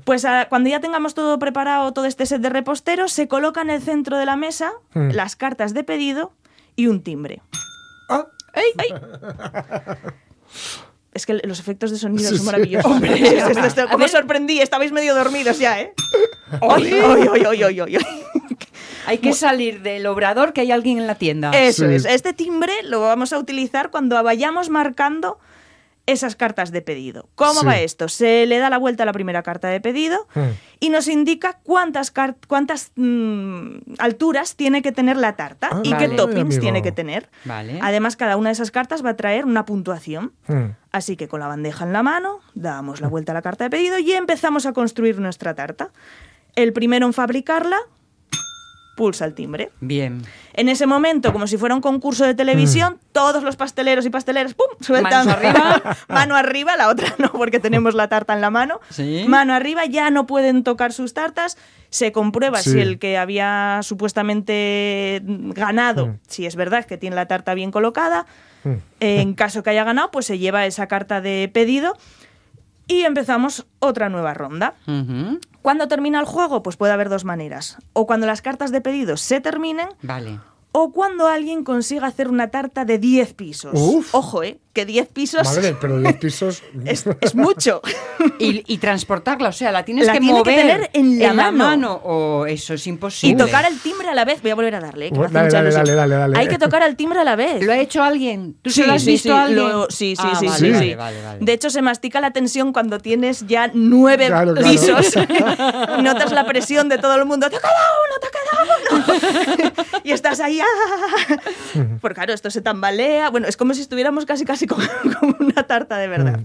Speaker 4: Pues a- cuando ya tengamos todo preparado, todo este set de reposteros, se coloca en el centro de la mesa
Speaker 3: Mm.
Speaker 4: las cartas de pedido y un timbre.
Speaker 3: Ah,
Speaker 4: ¡Ey! ¡Ey! Es que los efectos de sonido
Speaker 3: Sí,
Speaker 4: son
Speaker 3: sí.
Speaker 4: maravillosos. Es que esto- ¿Cómo os sorprendí? Estabais medio dormidos ya, ¿eh? ¡Oy, oy, oy, oy, oy, oy, oy!
Speaker 2: Hay que salir del obrador que hay alguien en la tienda.
Speaker 4: Eso
Speaker 3: Sí.
Speaker 4: es. Este timbre lo vamos a utilizar cuando vayamos marcando esas cartas de pedido. ¿Cómo
Speaker 3: Sí.
Speaker 4: va esto? Se le da la vuelta a la primera carta de pedido
Speaker 3: Hmm.
Speaker 4: y nos indica cuántas, car- cuántas mm, alturas tiene que tener la tarta
Speaker 3: Ah,
Speaker 4: y
Speaker 2: vale.
Speaker 4: qué
Speaker 2: Ay,
Speaker 4: toppings
Speaker 3: amigo.
Speaker 4: tiene que tener.
Speaker 2: Vale.
Speaker 4: Además, cada una de esas cartas va a traer una puntuación.
Speaker 3: hmm.
Speaker 4: Así que con la bandeja en la mano, damos la vuelta a la carta de pedido y empezamos a construir nuestra tarta. El primero en fabricarla pulsa el timbre.
Speaker 2: Bien.
Speaker 4: En ese momento, como si fuera un concurso de televisión, todos los pasteleros y pasteleras, ¡pum! sueltan
Speaker 2: Manos Mm. arriba.
Speaker 4: mano arriba, la otra no, porque tenemos la tarta en la mano.
Speaker 2: Sí.
Speaker 4: Mano arriba, ya no pueden tocar sus tartas. Se comprueba
Speaker 3: Sí.
Speaker 4: si el que había supuestamente ganado,
Speaker 2: Mm.
Speaker 4: si es verdad que tiene la tarta bien colocada. En caso que haya ganado, pues se lleva esa carta de pedido y empezamos otra nueva ronda.
Speaker 2: Ujú.
Speaker 4: Cuando termina el juego, pues puede haber dos maneras. O cuando las cartas de pedido se terminen,
Speaker 2: Vale.
Speaker 4: o cuando alguien consiga hacer una tarta de 10 pisos.
Speaker 3: Uf.
Speaker 4: Ojo, ¿eh? Que 10 pisos
Speaker 3: Madre, pero 10 pisos.
Speaker 4: es, es mucho.
Speaker 2: Y, y transportarla, o sea, la tienes
Speaker 4: La
Speaker 2: que
Speaker 4: tiene que
Speaker 2: mover
Speaker 4: tener en la mano.
Speaker 2: o eso es imposible.
Speaker 4: y tocar el timbre a la vez. Voy a volver a darle. ¿eh? Que me hace
Speaker 3: Dale,
Speaker 4: mucha
Speaker 3: dale,
Speaker 4: ilusión.
Speaker 3: dale, dale, dale.
Speaker 4: Hay que tocar al timbre a la vez.
Speaker 2: ¿Lo ha hecho alguien? ¿Tú
Speaker 4: Sí,
Speaker 2: se lo has
Speaker 4: sí,
Speaker 2: visto
Speaker 4: sí,
Speaker 2: a alguien?
Speaker 4: lo- sí, sí,
Speaker 2: Ah,
Speaker 4: sí,
Speaker 2: vale,
Speaker 4: sí,
Speaker 2: vale,
Speaker 4: sí.
Speaker 2: vale, vale.
Speaker 4: De hecho, se mastica la tensión cuando tienes ya nueve
Speaker 3: Claro, claro.
Speaker 4: pisos. Notas la presión de todo el mundo. ¡Toca uno, toca uno! y estás ahí. ¡ah! Porque claro, esto se tambalea. Bueno, es como si estuviéramos casi, casi como, como una tarta de
Speaker 3: Mm.
Speaker 4: verdad.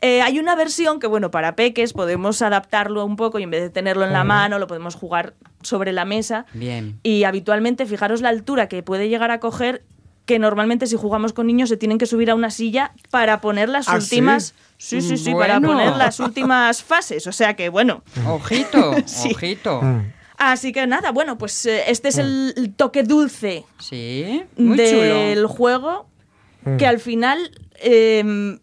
Speaker 4: Eh, hay una versión que, bueno, para peques podemos adaptarlo un poco y en vez de tenerlo en la mano, lo podemos jugar sobre la mesa.
Speaker 2: Bien.
Speaker 4: Y habitualmente, fijaros la altura que puede llegar a coger, que normalmente si jugamos con niños se tienen que subir a una silla para poner las
Speaker 3: ¿Ah, sí?
Speaker 4: últimas. Sí, sí, sí, para
Speaker 2: Bueno.
Speaker 4: poner las últimas fases. O sea que, bueno.
Speaker 2: Ojito,
Speaker 4: Sí.
Speaker 2: ojito.
Speaker 3: Ah. Hmm.
Speaker 4: Así que nada, bueno, pues eh, este es el el toque dulce
Speaker 2: Sí, muy
Speaker 4: del
Speaker 2: chulo.
Speaker 4: juego
Speaker 3: Mm.
Speaker 4: que al final eh,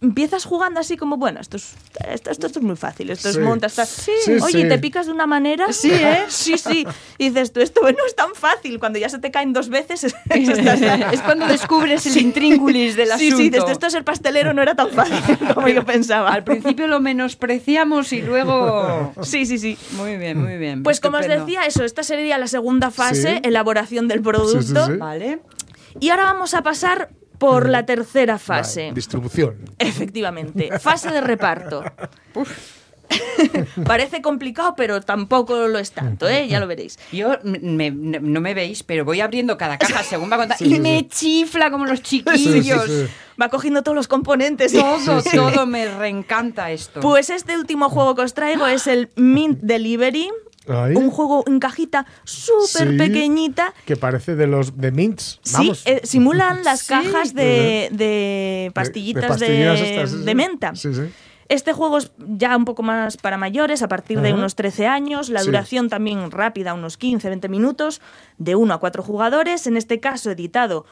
Speaker 4: empiezas jugando así como, bueno, esto es, esto, esto- esto es muy fácil, esto
Speaker 3: Sí.
Speaker 4: es monta, está-
Speaker 3: Sí,
Speaker 4: Oye,
Speaker 3: sí.
Speaker 4: te picas de una manera. Sí, ¿eh? Sí, sí. Y dices tú, esto no es tan fácil. Cuando ya se te caen dos veces, estás ya-
Speaker 2: es cuando descubres el intríngulis del
Speaker 4: Sí,
Speaker 2: asunto.
Speaker 4: sí, dices, esto es el pastelero, no era tan fácil como yo pensaba.
Speaker 2: Al principio lo menospreciamos y luego...
Speaker 4: Sí, sí, sí.
Speaker 2: Muy bien, muy bien.
Speaker 4: Pues como os
Speaker 2: estupendo.
Speaker 4: decía, eso, esta sería la segunda fase,
Speaker 3: Sí.
Speaker 4: elaboración del producto.
Speaker 3: Sí, sí, sí.
Speaker 2: Vale.
Speaker 4: Y ahora vamos a pasar por la tercera fase.
Speaker 3: Vale, Distribución.
Speaker 4: Efectivamente. Fase de reparto. Parece complicado, pero tampoco lo es tanto, ¿eh? Ya lo veréis.
Speaker 2: Yo me- me- no me veis, pero voy abriendo cada caja según va contando.
Speaker 3: Sí,
Speaker 2: y
Speaker 3: sí,
Speaker 2: me
Speaker 3: sí.
Speaker 2: chifla como los
Speaker 3: Sí, sí,
Speaker 2: chiquillos.
Speaker 3: sí.
Speaker 4: Va cogiendo todos los componentes. Pues y-
Speaker 2: Todo, todo me reencanta esto.
Speaker 4: Pues este último juego que os traigo es el Mint Delivery.
Speaker 3: Ay.
Speaker 4: Un juego en cajita súper
Speaker 3: Sí.
Speaker 4: pequeñita.
Speaker 3: Que parece de los de Mints.
Speaker 4: Sí,
Speaker 3: Vamos.
Speaker 4: eh, simulan las
Speaker 3: Sí.
Speaker 4: cajas de, de pastillitas de,
Speaker 3: pastillas estas, sí, sí.
Speaker 4: de menta.
Speaker 3: Sí, sí.
Speaker 4: Este juego es ya un poco más para mayores, a partir de
Speaker 3: Ajá.
Speaker 4: unos 13 años, la
Speaker 3: Sí.
Speaker 4: duración también rápida, unos 15-20 minutos, de 1 a 4 jugadores, en este caso editado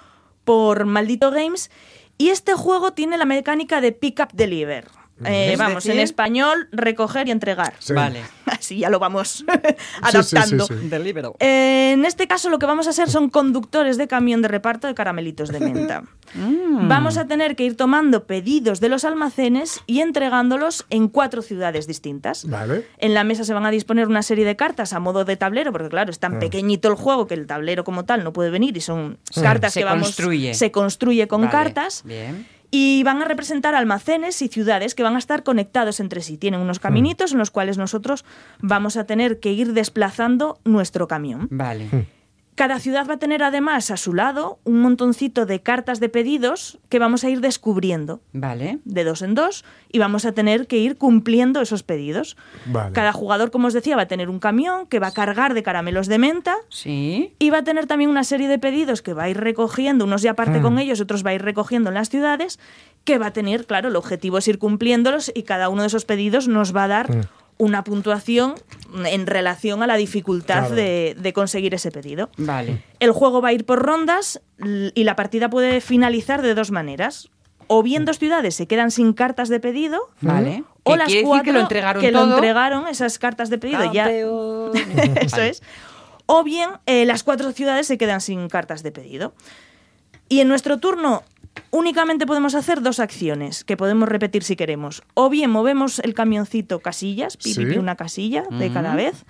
Speaker 4: por Maldito Games, y este juego tiene la mecánica de pick up deliver. Eh,
Speaker 2: Es
Speaker 4: vamos, en
Speaker 2: decir-
Speaker 4: español, recoger y entregar.
Speaker 3: Sí.
Speaker 2: Vale.
Speaker 4: Así ya lo vamos
Speaker 3: Sí, sí,
Speaker 4: adaptando.
Speaker 3: sí, sí.
Speaker 2: Delíbero.
Speaker 4: Eh, en este caso lo que vamos a hacer son conductores de camión de reparto de caramelitos de menta. Vamos a tener que ir tomando pedidos de los almacenes y entregándolos en cuatro ciudades distintas.
Speaker 3: Vale.
Speaker 4: En la mesa se van a disponer una serie de cartas a modo de tablero, porque claro, es tan pequeñito el juego que el tablero como tal no puede venir y son cartas
Speaker 2: Se
Speaker 4: que vamos
Speaker 2: construye.
Speaker 4: se construye con
Speaker 2: Vale,
Speaker 4: cartas
Speaker 2: Bien.
Speaker 4: y van a representar almacenes y ciudades que van a estar conectados entre sí. Tienen unos caminitos en los cuales nosotros vamos a tener que ir desplazando nuestro camión.
Speaker 2: Vale.
Speaker 4: Cada ciudad va a tener además a su lado un montoncito de cartas de pedidos que vamos a ir descubriendo
Speaker 2: Vale.
Speaker 4: de dos en dos y vamos a tener que ir cumpliendo esos pedidos.
Speaker 3: Vale.
Speaker 4: Cada jugador, como os decía, va a tener un camión que va a cargar de caramelos de menta
Speaker 2: Sí.
Speaker 4: y va a tener también una serie de pedidos que va a ir recogiendo, unos ya parte
Speaker 3: Mm.
Speaker 4: con ellos, otros va a ir recogiendo en las ciudades, que va a tener, claro, el objetivo es ir cumpliéndolos y cada uno de esos pedidos nos va a dar
Speaker 3: Mm.
Speaker 4: una puntuación en relación a la dificultad
Speaker 3: Claro.
Speaker 4: de- de conseguir ese pedido.
Speaker 2: Vale.
Speaker 4: El juego va a ir por rondas l- y la partida puede finalizar de dos maneras. O bien dos ciudades se quedan sin cartas de pedido.
Speaker 2: Vale.
Speaker 4: O
Speaker 2: Que
Speaker 4: las
Speaker 2: quiere decir
Speaker 4: cuatro
Speaker 2: que lo entregaron
Speaker 4: que lo
Speaker 2: todo. Ah,
Speaker 4: entregaron, esas cartas de pedido ya. Eso
Speaker 2: Vale.
Speaker 4: es. O bien eh, las cuatro ciudades se quedan sin cartas de pedido. Y en nuestro turno únicamente podemos hacer dos acciones que podemos repetir si queremos. O bien movemos el camioncito casillas, pi, pi,
Speaker 3: Sí.
Speaker 4: pi, una casilla de cada vez.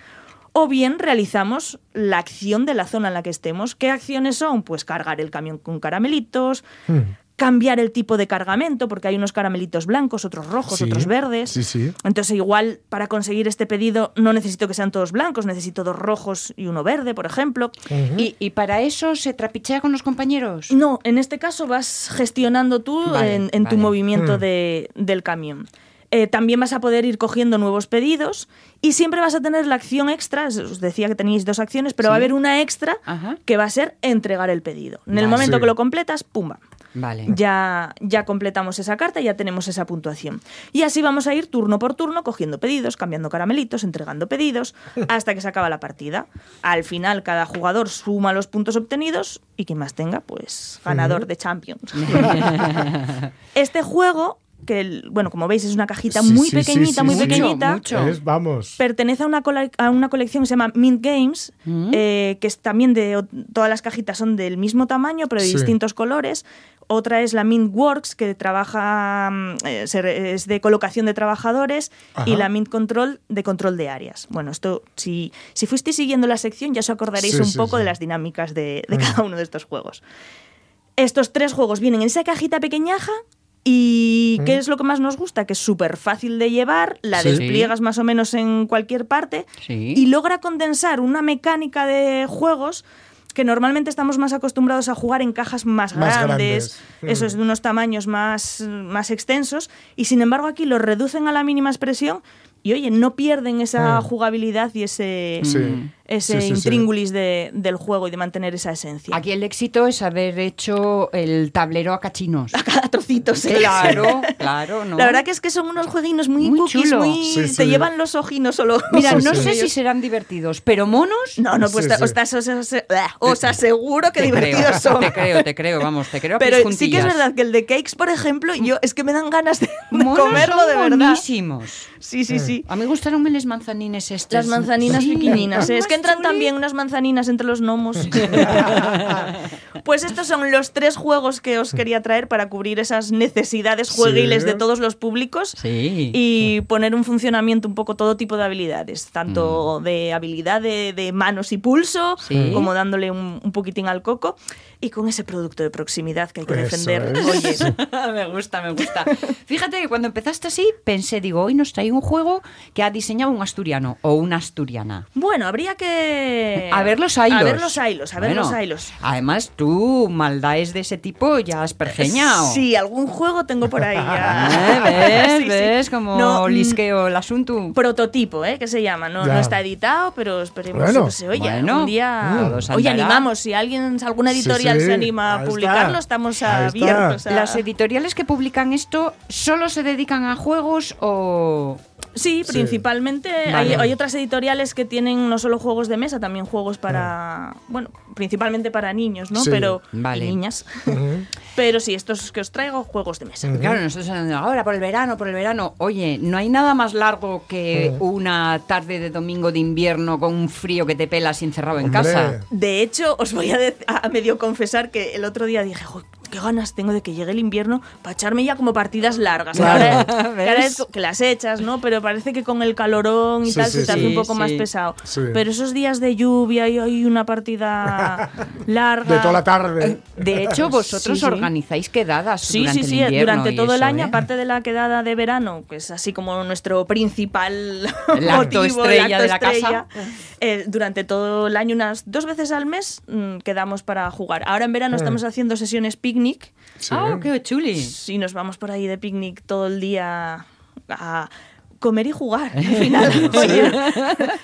Speaker 4: O bien realizamos la acción de la zona en la que estemos. ¿Qué acciones son? Pues cargar el camión con caramelitos,
Speaker 3: Hmm.
Speaker 4: cambiar el tipo de cargamento, porque hay unos caramelitos blancos, otros rojos,
Speaker 3: Sí,
Speaker 4: otros verdes.
Speaker 3: sí, sí.
Speaker 4: Entonces, igual para conseguir este pedido no necesito que sean todos blancos, necesito dos rojos y uno verde, por ejemplo.
Speaker 3: Hmm.
Speaker 2: ¿Y, y para eso se trapichea con los compañeros?
Speaker 4: No, en este caso vas gestionando tú
Speaker 2: Vale,
Speaker 4: en, en tu
Speaker 2: vale. Hmm.
Speaker 4: movimiento de- del camión. Eh, también vas a poder ir cogiendo nuevos pedidos y siempre vas a tener la acción extra. Os- Os decía que teníais dos acciones, pero va a haber una extra
Speaker 2: Ajá.
Speaker 4: que va a ser entregar el pedido. En el
Speaker 2: Vale.
Speaker 4: momento
Speaker 3: Sí.
Speaker 4: que lo completas, pumba.
Speaker 2: Vale.
Speaker 4: Ya, ya completamos esa carta, ya tenemos esa puntuación. Y así vamos a ir turno por turno, cogiendo pedidos, cambiando caramelitos, entregando pedidos, hasta que se acaba la partida. Al final, cada jugador suma los puntos obtenidos y quien más tenga, pues ganador de Champions. este juego, que el- bueno, como veis, es una cajita
Speaker 3: Sí,
Speaker 4: muy
Speaker 3: sí, sí,
Speaker 4: pequeñita,
Speaker 3: sí,
Speaker 4: muy
Speaker 3: sí.
Speaker 4: pequeñita
Speaker 2: Mucho,
Speaker 3: Es, vamos.
Speaker 4: pertenece a una, cole- a una colección que se llama Mint Games, eh, que es también de o- todas las cajitas son del mismo tamaño pero de
Speaker 3: Sí.
Speaker 4: distintos colores. Otra es la Mint Works que trabaja mm, eh, se re- es de colocación de trabajadores y
Speaker 3: Ajá.
Speaker 4: la Mint Control de control de áreas. Bueno, esto si si fuisteis siguiendo la sección ya os acordaréis
Speaker 3: Sí,
Speaker 4: un
Speaker 3: sí,
Speaker 4: poco
Speaker 3: sí.
Speaker 4: de las dinámicas de, de cada uno de estos juegos. Estos tres juegos vienen en esa cajita pequeñaja. ¿Y
Speaker 3: Mm.
Speaker 4: qué es lo que más nos gusta? Que es súper fácil de llevar, la
Speaker 2: Sí.
Speaker 4: despliegas más o menos en cualquier parte
Speaker 2: Sí.
Speaker 4: y logra condensar una mecánica de juegos que normalmente estamos más acostumbrados a jugar en cajas más,
Speaker 3: Más
Speaker 4: grandes,
Speaker 3: grandes.
Speaker 4: eso es de unos tamaños más, más extensos, y sin embargo aquí lo reducen a la mínima expresión y oye, no pierden esa jugabilidad y ese,
Speaker 3: Ah. Mm. Sí.
Speaker 4: ese
Speaker 3: Sí, sí, sí.
Speaker 4: intríngulis de- del juego y de mantener esa esencia.
Speaker 2: Aquí el éxito es haber hecho el tablero a cachinos.
Speaker 4: a trocitos. ¿eh?
Speaker 2: Claro, claro, ¿no?
Speaker 4: La verdad que es que son unos jueguinos muy,
Speaker 2: Muy
Speaker 4: cookies,
Speaker 2: chulo.
Speaker 4: muy-
Speaker 3: Sí, sí.
Speaker 4: te llevan los ojinos solo.
Speaker 2: Mira,
Speaker 3: Sí,
Speaker 2: no
Speaker 3: sí.
Speaker 2: sé si serán divertidos, pero monos...
Speaker 4: No, no, pues
Speaker 3: Sí,
Speaker 4: te-
Speaker 3: sí.
Speaker 4: Os, tas- os- os- os aseguro que
Speaker 2: te creo,
Speaker 4: divertidos son.
Speaker 2: Te creo, te creo, vamos, te creo a
Speaker 4: Pero
Speaker 2: pies
Speaker 4: sí que es
Speaker 2: juntillas.
Speaker 4: verdad que el de cakes, por ejemplo, yo es que me dan ganas de, de
Speaker 2: Monos
Speaker 4: comerlo
Speaker 2: son
Speaker 4: de verdad.
Speaker 2: monísimos.
Speaker 4: Sí, sí, sí.
Speaker 2: A mí gustaronme las manzaninas estas.
Speaker 4: Las manzaninas
Speaker 2: Sí.
Speaker 4: pequeñinas, ¿eh? es
Speaker 2: Más
Speaker 4: que entran
Speaker 2: chuli.
Speaker 4: también unas manzaninas entre los gnomos. pues estos son los tres juegos que os quería traer para cubrir esas necesidades
Speaker 3: Sí.
Speaker 4: jueguiles de todos los públicos.
Speaker 2: Sí.
Speaker 4: y poner un funcionamiento un poco todo tipo de habilidades, tanto de habilidad de, de manos y pulso,
Speaker 2: Mm. Sí.
Speaker 4: como dándole un, un poquitín al coco, y con ese producto de proximidad que hay que
Speaker 3: Eso
Speaker 4: defender.
Speaker 3: es.
Speaker 4: Oye,
Speaker 2: me gusta, me gusta. Fíjate que cuando empezaste así, pensé, digo, hoy nos trae un juego que ha diseñado un asturiano o una asturiana.
Speaker 4: bueno, habría que que.
Speaker 2: A ver los hilos.
Speaker 4: A ver los hilos, a ver
Speaker 2: Bueno,
Speaker 4: los hilos.
Speaker 2: Además, tú, maldades de ese tipo, ya has pergeñado.
Speaker 4: Sí, algún juego tengo por ahí
Speaker 2: ¿Eh?
Speaker 4: ya.
Speaker 2: ¿Ves?
Speaker 4: Sí, sí.
Speaker 2: ¿Ves? Como
Speaker 4: No, mm,
Speaker 2: lisqueo el asunto.
Speaker 4: prototipo, ¿eh? Que se llama. No,
Speaker 3: Ya.
Speaker 4: no está editado, pero esperemos
Speaker 3: Bueno. Mm.
Speaker 4: que se oye.
Speaker 2: Bueno.
Speaker 4: un día.
Speaker 2: Todos
Speaker 4: Oye,
Speaker 2: andará.
Speaker 4: animamos. Si alguien, alguna editorial
Speaker 3: Sí, sí.
Speaker 4: se anima
Speaker 3: Ahí
Speaker 4: a
Speaker 3: está.
Speaker 4: publicarlo, estamos
Speaker 3: Ahí está.
Speaker 4: abiertos. a-
Speaker 2: ¿Las editoriales que publican esto solo se dedican a juegos o...?
Speaker 4: Sí,
Speaker 3: Sí.
Speaker 4: principalmente. Hay,
Speaker 2: Vale.
Speaker 4: hay otras editoriales que tienen no solo juegos de mesa, también juegos para. Bueno, principalmente para niños, ¿no?
Speaker 3: Mm. Sí.
Speaker 4: Pero.
Speaker 2: Vale.
Speaker 4: y niñas.
Speaker 3: Ujú.
Speaker 4: Pero sí, estos que os traigo, juegos de mesa.
Speaker 2: Claro, nosotros hablando ahora por el verano, por el verano. Oye, no hay nada más largo que una tarde de domingo de invierno con un frío que te pelas y encerrado en
Speaker 3: Hombre.
Speaker 2: casa.
Speaker 4: De hecho, os voy a, de- a medio confesar que el otro día dije, "Jo, qué ganas tengo de que llegue el invierno para echarme ya como partidas largas. Que
Speaker 3: Claro.
Speaker 4: ahora- que ahora
Speaker 2: ¿Ves?
Speaker 4: es- que las echas, ¿no? Pero parece que con el calorón y
Speaker 3: Sí,
Speaker 4: tal
Speaker 3: sí,
Speaker 4: se te hace
Speaker 2: sí.
Speaker 4: un poco
Speaker 2: Sí,
Speaker 4: más
Speaker 2: sí.
Speaker 4: pesado.
Speaker 3: Sí.
Speaker 4: Pero esos días de lluvia y hay una partida larga.
Speaker 3: De toda la tarde.
Speaker 2: Eh, De hecho, vosotros
Speaker 4: Sí, sí.
Speaker 2: organizáis quedadas
Speaker 4: Sí,
Speaker 2: durante
Speaker 4: sí,
Speaker 2: el
Speaker 4: sí,
Speaker 2: invierno
Speaker 4: durante
Speaker 2: y
Speaker 4: todo el
Speaker 2: eso,
Speaker 4: año,
Speaker 2: ¿eh?
Speaker 4: aparte de la quedada de verano, que es así como nuestro principal
Speaker 2: El acto
Speaker 4: motivo,
Speaker 2: estrella
Speaker 4: el acto
Speaker 2: de la casa.
Speaker 4: estrella, eh, durante todo el año, unas dos veces al mes, mm, quedamos para jugar. Ahora en
Speaker 2: Mm.
Speaker 4: verano estamos haciendo sesiones picnic
Speaker 3: Sí.
Speaker 2: Ah, qué chuli.
Speaker 4: y nos vamos por ahí de picnic todo el día a comer y jugar. Al final, oye,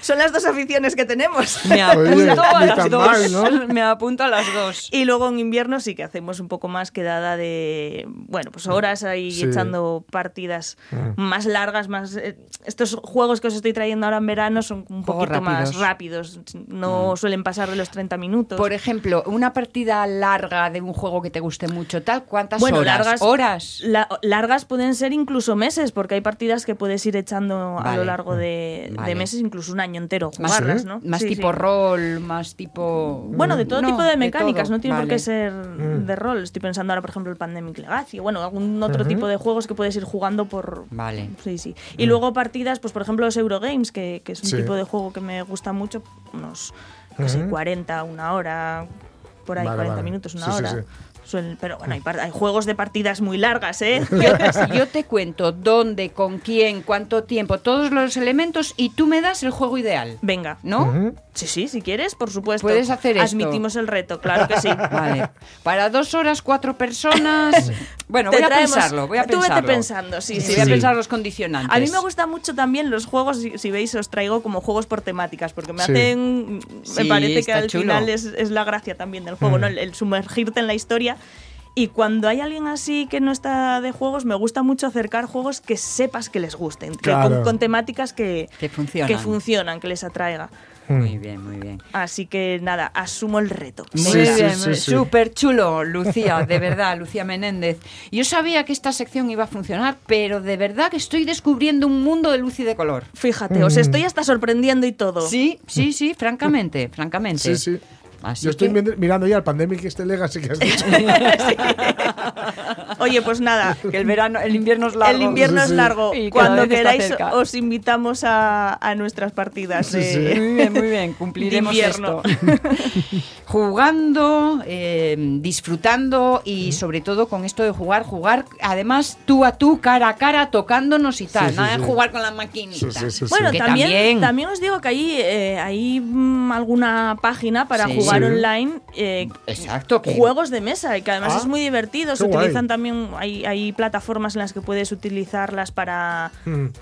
Speaker 4: son las dos aficiones que tenemos.
Speaker 2: Me apunto
Speaker 3: Oye,
Speaker 2: a
Speaker 3: ni
Speaker 2: las
Speaker 3: tan
Speaker 2: dos.
Speaker 3: mal, ¿no?
Speaker 2: Me apunto a las dos.
Speaker 4: Y luego en invierno sí que hacemos un poco más quedada de, bueno, pues horas ahí
Speaker 3: Sí.
Speaker 4: echando partidas más largas, más... eh, estos juegos que os estoy trayendo ahora en verano son un
Speaker 2: Poco
Speaker 4: poquito más rápidos, no suelen pasar de los 30 minutos.
Speaker 2: Por ejemplo, una partida larga de un juego que te guste mucho, tal, ¿cuántas
Speaker 4: bueno,
Speaker 2: horas?
Speaker 4: largas,
Speaker 2: Horas.
Speaker 4: la- largas pueden ser incluso meses, porque hay partidas que puedes ir echando a
Speaker 2: Vale.
Speaker 4: lo largo de, de
Speaker 2: Vale.
Speaker 4: meses, incluso un año entero
Speaker 2: Más-
Speaker 4: jugarlas, ¿no?
Speaker 2: Más
Speaker 4: Sí,
Speaker 2: tipo
Speaker 4: sí.
Speaker 2: rol, más tipo.
Speaker 4: Bueno, de todo
Speaker 2: Mm, No,
Speaker 4: tipo de mecánicas,
Speaker 2: todo.
Speaker 4: no tiene por qué
Speaker 2: Vale. Mm.
Speaker 4: ser de rol. Estoy pensando ahora, por ejemplo, el Pandemic Legacy, bueno, algún otro tipo de juegos que puedes ir jugando por...
Speaker 2: Vale. Mm.
Speaker 4: Sí, sí. Y luego partidas, pues por ejemplo los Eurogames, que, que es un
Speaker 3: Sí.
Speaker 4: tipo de juego que me gusta mucho, unos no sé, 40, una hora, por ahí,
Speaker 3: Vale,
Speaker 4: 40
Speaker 3: vale.
Speaker 4: minutos, una
Speaker 3: Sí, sí,
Speaker 4: hora.
Speaker 3: sí.
Speaker 4: Suelen- pero bueno,
Speaker 2: Mm.
Speaker 4: hay, par- hay juegos de partidas muy largas, ¿eh?
Speaker 2: Yo, si Pues yo te cuento dónde, con quién, cuánto tiempo, todos los elementos y tú me das el juego ideal,
Speaker 4: Venga.
Speaker 2: ¿no?
Speaker 4: Sí, sí, si quieres, por supuesto.
Speaker 2: Puedes hacer esto.
Speaker 4: Admitimos el reto, claro que sí.
Speaker 2: Vale. Para dos horas, cuatro personas. Bueno,
Speaker 4: Te
Speaker 2: voy a
Speaker 4: traemos-
Speaker 2: pensarlo. Voy a
Speaker 4: Tú vete
Speaker 2: pensarlo.
Speaker 4: pensando, sí, sí.
Speaker 2: Voy a
Speaker 3: Sí.
Speaker 2: pensar los condicionantes.
Speaker 4: A mí me gustan mucho también los juegos, si, si veis, os traigo como juegos por temáticas, porque me
Speaker 3: Sí.
Speaker 4: hacen.
Speaker 2: Sí,
Speaker 4: Me parece que
Speaker 2: está
Speaker 4: al
Speaker 2: chulo. Mm.
Speaker 4: final es, es la gracia también del juego, ¿no? El, el sumergirte en la historia. Y cuando hay alguien así que no está de juegos, me gusta mucho acercar juegos que sepas que les gusten, que con-
Speaker 3: Claro.
Speaker 4: con, temáticas que,
Speaker 2: Que funcionan.
Speaker 4: que funcionan, que les atraiga.
Speaker 3: Mm.
Speaker 2: Muy bien, muy bien.
Speaker 4: Así que nada, asumo el reto.
Speaker 2: Muy
Speaker 3: Sí, sí,
Speaker 2: bien,
Speaker 3: sí, sí.
Speaker 2: súper chulo, Lucía, de verdad, Lucía Menéndez. Yo sabía que esta sección iba a funcionar, pero de verdad que estoy descubriendo un mundo de luz y de color.
Speaker 4: Fíjate, os estoy hasta sorprendiendo y todo.
Speaker 2: Mm. Sí, sí, sí, francamente, francamente.
Speaker 3: Sí, sí.
Speaker 2: Así
Speaker 3: Yo estoy
Speaker 2: que-
Speaker 3: mir- mirando ya el Pandemic este Legacy que has dicho.
Speaker 4: Oye, pues nada,
Speaker 2: que el verano, el invierno es largo.
Speaker 4: El invierno
Speaker 3: Sí,
Speaker 4: es
Speaker 3: sí.
Speaker 4: largo.
Speaker 2: Y cada
Speaker 4: Cuando
Speaker 2: vez está
Speaker 4: queráis
Speaker 2: cerca.
Speaker 4: os invitamos a, a nuestras partidas.
Speaker 3: Sí,
Speaker 4: de-
Speaker 3: sí.
Speaker 2: Muy bien, muy bien, cumpliremos
Speaker 4: De invierno.
Speaker 2: esto. Jugando, eh, disfrutando y sobre todo con esto de jugar, jugar además tú a tú, cara a cara, tocándonos y tal.
Speaker 3: sí,
Speaker 2: Nada
Speaker 3: sí.
Speaker 2: de jugar con la maquinita.
Speaker 3: Sí, sí, sí, sí.
Speaker 4: Bueno,
Speaker 2: Que
Speaker 4: también,
Speaker 2: también.
Speaker 4: también. os digo que ahí eh, hay mm, alguna página para
Speaker 2: Sí.
Speaker 4: jugar
Speaker 3: Sí.
Speaker 4: online. eh,
Speaker 2: Exacto, que
Speaker 4: Juegos de mesa, y que además
Speaker 3: Ah,
Speaker 4: es muy divertido. Se
Speaker 3: qué guay.
Speaker 4: utilizan también, hay, hay plataformas en las que puedes utilizarlas para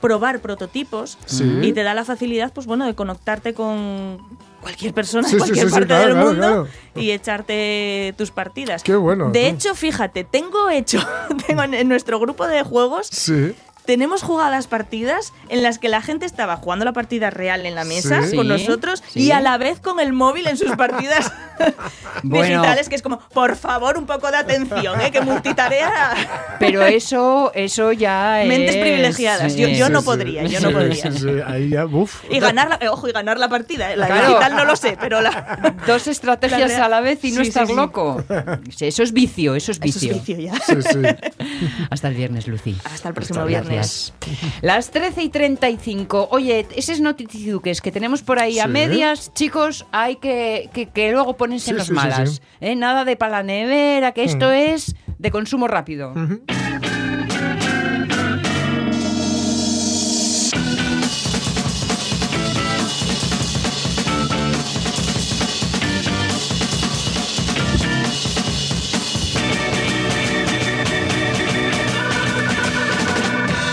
Speaker 4: probar prototipos
Speaker 3: Hmm. Sí.
Speaker 4: y te da la facilidad, pues bueno, de conectarte con cualquier persona,
Speaker 3: Sí, sí,
Speaker 4: cualquier
Speaker 3: sí, sí,
Speaker 4: parte
Speaker 3: claro,
Speaker 4: del
Speaker 3: claro,
Speaker 4: mundo
Speaker 3: claro.
Speaker 4: y echarte tus partidas.
Speaker 3: Qué bueno,
Speaker 4: De
Speaker 3: tú.
Speaker 4: hecho, fíjate, tengo hecho, tengo en, en nuestro grupo de juegos
Speaker 3: Sí.
Speaker 4: tenemos jugadas partidas en las que la gente estaba jugando la partida real en la mesa
Speaker 3: Sí.
Speaker 4: con
Speaker 2: Sí,
Speaker 4: nosotros
Speaker 2: sí.
Speaker 4: y a la vez con el móvil en sus partidas
Speaker 2: Bueno.
Speaker 4: digitales, que es como, por favor, un poco de atención, ¿eh? que multitarea.
Speaker 2: Pero eso, eso ya
Speaker 4: Mentes
Speaker 2: es-
Speaker 4: privilegiadas. Yo- yo
Speaker 2: Sí,
Speaker 4: no
Speaker 2: sí.
Speaker 4: podría, yo no
Speaker 3: Sí,
Speaker 4: podría.
Speaker 3: sí, sí, Ahí ya, uff.
Speaker 4: Y ganar la, eh, ojo, y ganar la partida. ¿eh? La
Speaker 2: Claro.
Speaker 4: digital no lo sé, pero la...
Speaker 2: Dos estrategias
Speaker 4: La rea-
Speaker 2: a la vez y no
Speaker 4: Sí, sí,
Speaker 2: estás
Speaker 4: sí.
Speaker 2: loco. Sí, Eso es vicio, eso es
Speaker 4: Eso es
Speaker 2: vicio.
Speaker 4: vicio ya.
Speaker 3: Sí, sí.
Speaker 2: Hasta el viernes, Lucy.
Speaker 4: Hasta el próximo
Speaker 2: Muchas
Speaker 4: viernes.
Speaker 2: gracias. Las 13 y 35. Oye, esos noticiduques que tenemos por ahí a
Speaker 3: Sí.
Speaker 2: medias, chicos, hay que, que, que luego ponerse
Speaker 3: Sí,
Speaker 2: los
Speaker 3: sí, sí,
Speaker 2: malas.
Speaker 3: sí.
Speaker 2: ¿eh? Nada de para la nevera, que esto es de consumo rápido.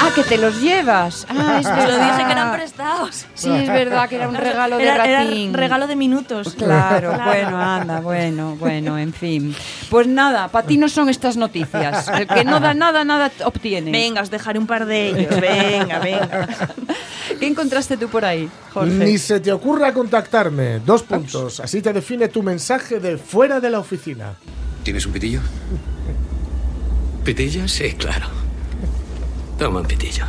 Speaker 2: Ah, que te los llevas. Ah, es
Speaker 5: Os lo
Speaker 2: verdad.
Speaker 5: dije que eran prestados.
Speaker 2: Sí, es verdad que era un regalo de
Speaker 4: Era, era
Speaker 2: ratín.
Speaker 4: regalo de minutos.
Speaker 2: Claro, bueno, anda, bueno, bueno, en fin. Pues nada, para ti no son estas noticias. El que no da nada, nada obtiene.
Speaker 4: Venga, os dejaré un par de ellos. Venga, venga.
Speaker 2: ¿Qué encontraste tú por ahí,
Speaker 3: Ni
Speaker 2: Jorge?
Speaker 3: se te ocurra contactarme. Dos puntos. Así te define tu mensaje de fuera de la oficina.
Speaker 6: ¿Tienes un pitillo? ¿Pitillo? Sí, claro. Toma un pitillo.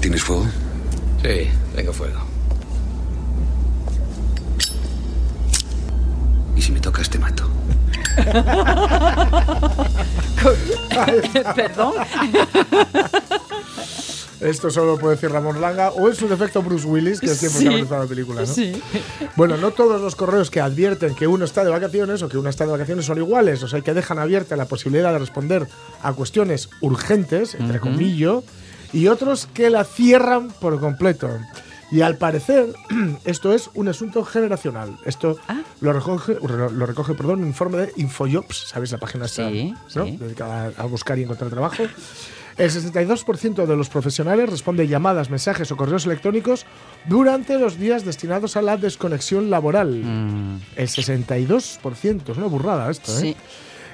Speaker 7: ¿Tienes fuego?
Speaker 6: Sí, tengo fuego.
Speaker 7: Y si me tocas, te mato.
Speaker 2: Perdón.
Speaker 3: Esto solo lo puede decir Ramón Langa o en su defecto Bruce Willis, que es quien
Speaker 2: Sí.
Speaker 3: protagonizó la película, ¿no? Bueno, no todos los correos que advierten que uno está de vacaciones o que uno está de vacaciones son iguales, o sea, que dejan abierta la posibilidad de responder a cuestiones urgentes, entre comillas, y otros que la cierran por completo. Y al parecer, esto es un asunto generacional. Esto
Speaker 2: Ah.
Speaker 3: lo recoge, lo lo recoge perdón, un informe de Infojobs, ¿sabéis la página esta?
Speaker 2: Sí, sí.
Speaker 3: dedicada a buscar y encontrar trabajo. El 62% de los profesionales responde llamadas, mensajes o correos electrónicos durante los días destinados a la desconexión laboral. El 62%, es una burrada esto, ¿eh?
Speaker 2: Sí.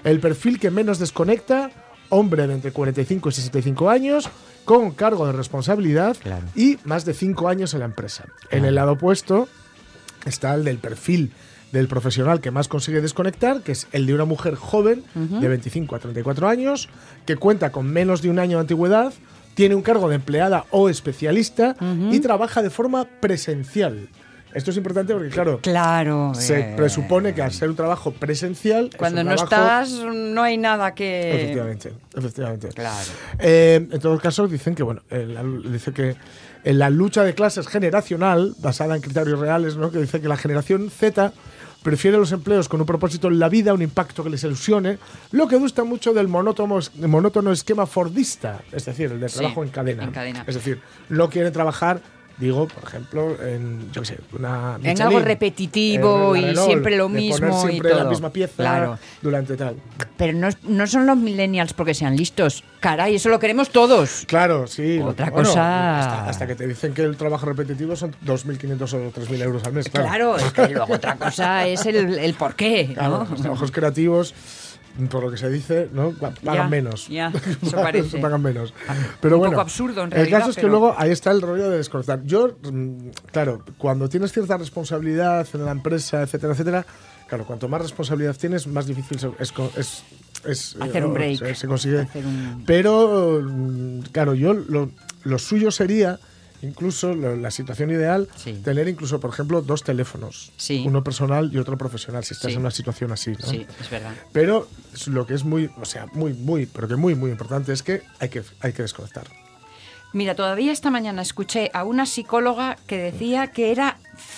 Speaker 3: El perfil que menos desconecta, hombre de entre 45 y 65 años, con cargo de responsabilidad y más de 5 años en la empresa. En el lado opuesto, está el del perfil del profesional que más consigue desconectar, que es el de una mujer joven de 25 a 34 años, que cuenta con menos de un año de antigüedad, tiene un cargo de empleada o especialista y trabaja de forma presencial. Esto es importante porque, claro,
Speaker 2: Claro.
Speaker 3: se
Speaker 2: eh,
Speaker 3: presupone que al ser un trabajo presencial... es
Speaker 2: Cuando
Speaker 3: un
Speaker 2: no
Speaker 3: trabajo-
Speaker 2: estás, no hay nada que.
Speaker 3: Efectivamente, efectivamente.
Speaker 2: Claro.
Speaker 3: Eh, en todo caso, dicen que, bueno, eh, la- dice que en la lucha de clases generacional, basada en criterios reales, ¿no? que dice que la generación Z prefiere los empleos con un propósito en la vida, un impacto que les ilusione, lo que gusta mucho del monótono, monótono esquema fordista, es decir, el de
Speaker 2: Sí,
Speaker 3: trabajo en, cadena.
Speaker 2: en cadena.
Speaker 3: Es decir, no quieren trabajar, digo, por ejemplo, en, yo qué sé, una...
Speaker 2: En algo
Speaker 3: Michelin,
Speaker 2: repetitivo
Speaker 3: en
Speaker 2: y
Speaker 3: la Renault,
Speaker 2: siempre lo
Speaker 3: de poner
Speaker 2: mismo y
Speaker 3: siempre la
Speaker 2: todo.
Speaker 3: misma pieza
Speaker 2: Claro.
Speaker 3: durante tal.
Speaker 2: Pero no, no son los millennials porque sean listos. Caray, eso lo queremos todos.
Speaker 3: Claro, sí. lo-
Speaker 2: Otra
Speaker 3: bueno,
Speaker 2: cosa-
Speaker 3: Hasta, hasta que te dicen que el trabajo repetitivo son 2.500 o 3.000 euros al mes. Claro.
Speaker 2: Claro, es que luego otra cosa es el, el porqué, ¿no?
Speaker 3: Claro, pues los trabajos creativos, por lo que se dice, ¿no? Pa- pagan
Speaker 2: Ya,
Speaker 3: menos.
Speaker 2: ya, eso parece. Ah,
Speaker 3: pagan menos. Pero
Speaker 2: un
Speaker 3: bueno,
Speaker 2: poco absurdo, en
Speaker 3: el
Speaker 2: realidad,
Speaker 3: caso es que
Speaker 2: pero-
Speaker 3: luego ahí está el rollo de desconectar. Yo, mm, claro, cuando tienes cierta responsabilidad en la empresa, etcétera, etcétera, claro, cuanto más responsabilidad tienes, más difícil se- es... co- es- es,
Speaker 2: Hacer
Speaker 3: eh,
Speaker 2: un break,
Speaker 3: Se, se consigue.
Speaker 2: hacer un-
Speaker 3: Pero, mm, claro, yo lo, lo suyo sería, incluso lo- la situación ideal,
Speaker 2: Sí.
Speaker 3: tener incluso, por ejemplo, dos teléfonos.
Speaker 2: Sí.
Speaker 3: Uno personal y otro profesional, si estás
Speaker 2: Sí.
Speaker 3: en una situación así. ¿no?
Speaker 2: Sí, es verdad.
Speaker 3: Pero es lo que es muy, o sea, muy, muy, pero que muy, muy importante es que hay que, hay que desconectar.
Speaker 2: Mira, todavía esta mañana escuché a una psicóloga que decía que era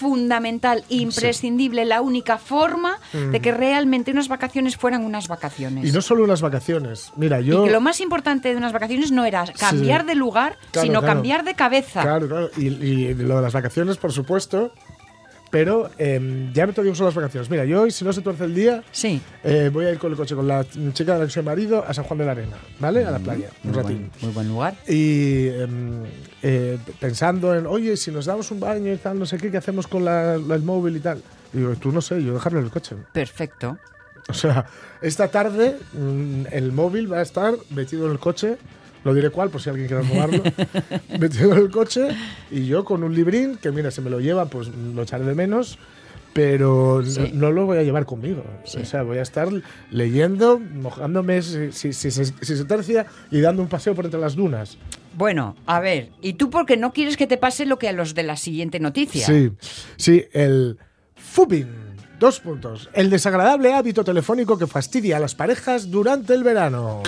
Speaker 2: fundamental, imprescindible, la única forma de que realmente unas vacaciones fueran unas vacaciones.
Speaker 3: Mm. Y no solo unas vacaciones. Mira,
Speaker 2: Y
Speaker 3: yo.
Speaker 2: que lo más importante de unas vacaciones no era cambiar de lugar,
Speaker 3: Claro,
Speaker 2: sino
Speaker 3: claro.
Speaker 2: cambiar de cabeza.
Speaker 3: Claro, claro. Y, y lo de las vacaciones, por supuesto. Pero em, ya me te digo solo las vacaciones. Mira, yo hoy, si no se tuerce el día,
Speaker 2: Sí.
Speaker 3: eh, voy a ir con el coche con la chica de la que soy marido a San Juan de la Arena, ¿vale? A la playa, un ratín.
Speaker 2: Mm, muy buen lugar.
Speaker 3: Y em, eh, pensando en, oye, si nos damos un baño y tal, no sé qué, ¿qué hacemos con la- la- el móvil y tal? Y digo, tú no sé, yo dejarlo en el coche.
Speaker 2: Perfecto.
Speaker 3: O sea, esta tarde mm, el móvil va a estar metido en el coche. Lo diré cuál, por si alguien quiere robarlo. metido en el coche y yo con un librín que, mira, se me lo lleva, pues mm, lo echaré de menos. Pero no-
Speaker 2: Sí.
Speaker 3: no, lo voy a llevar conmigo. O sea, voy a estar leyendo, mojándome si, si- si se- si se tercia y dando un paseo por entre las dunas.
Speaker 2: Bueno, a ver, ¿y tú por qué no quieres que te pase lo que a los de la siguiente noticia?
Speaker 3: Sí, sí, el fubing. Dos puntos. El desagradable hábito telefónico que fastidia a las parejas durante el verano.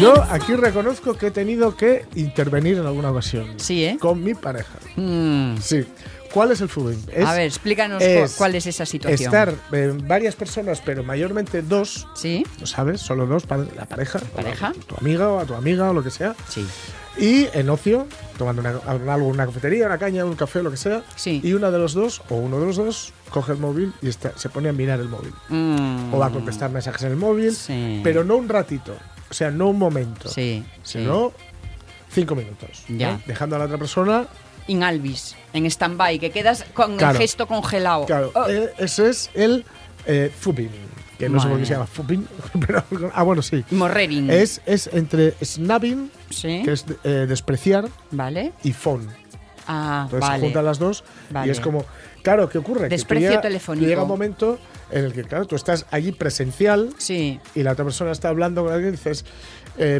Speaker 3: Yo aquí reconozco que he tenido que intervenir en alguna ocasión.
Speaker 2: Sí, ¿eh?
Speaker 3: Con mi pareja.
Speaker 2: Mm,
Speaker 3: Sí. ¿Cuál es el fubing?
Speaker 2: a ver, explícanos cu- cuál es esa situación.
Speaker 3: Estar eh, varias personas, pero mayormente dos,
Speaker 2: Sí,
Speaker 3: ¿sabes? Solo dos, pa- la pareja. o
Speaker 2: pareja.
Speaker 3: la- tu amiga o a tu amiga o lo que sea.
Speaker 2: sí.
Speaker 3: Y en ocio, tomando una, algo, una cafetería, una caña, un café, lo que sea.
Speaker 2: Sí.
Speaker 3: Y una de los dos, o uno de los dos, coge el móvil y está- se pone a mirar el móvil.
Speaker 2: Mm,
Speaker 3: O va a contestar mensajes en el móvil,
Speaker 2: Sí.
Speaker 3: pero no un ratito. O sea, no un momento.
Speaker 2: Sí, sí.
Speaker 3: Sino cinco minutos.
Speaker 2: Ya.
Speaker 3: ¿no? Dejando a la otra persona
Speaker 2: In Alvis, en stand-by, que quedas con
Speaker 3: Claro.
Speaker 2: el gesto congelado.
Speaker 3: Claro,
Speaker 2: Oh,
Speaker 3: eh, ese es el eh, Fubin. Que no sé
Speaker 2: Madre.
Speaker 3: por
Speaker 2: Mm.
Speaker 3: qué se llama Fubin, pero. Ah, bueno, sí.
Speaker 2: y Morrerin.
Speaker 3: Es, es entre snubbing,
Speaker 2: Sí.
Speaker 3: que es eh, despreciar,
Speaker 2: Vale.
Speaker 3: y phone.
Speaker 2: Ah,
Speaker 3: Entonces
Speaker 2: vale.
Speaker 3: se juntan las dos y
Speaker 2: Vale.
Speaker 3: es como. Claro, ¿qué ocurre? Que tú
Speaker 2: Desprecio
Speaker 3: llega-
Speaker 2: telefónico.
Speaker 3: Llega un momento en el que, claro, tú estás allí presencial
Speaker 2: Sí.
Speaker 3: y la otra persona está hablando con alguien y dices. eh,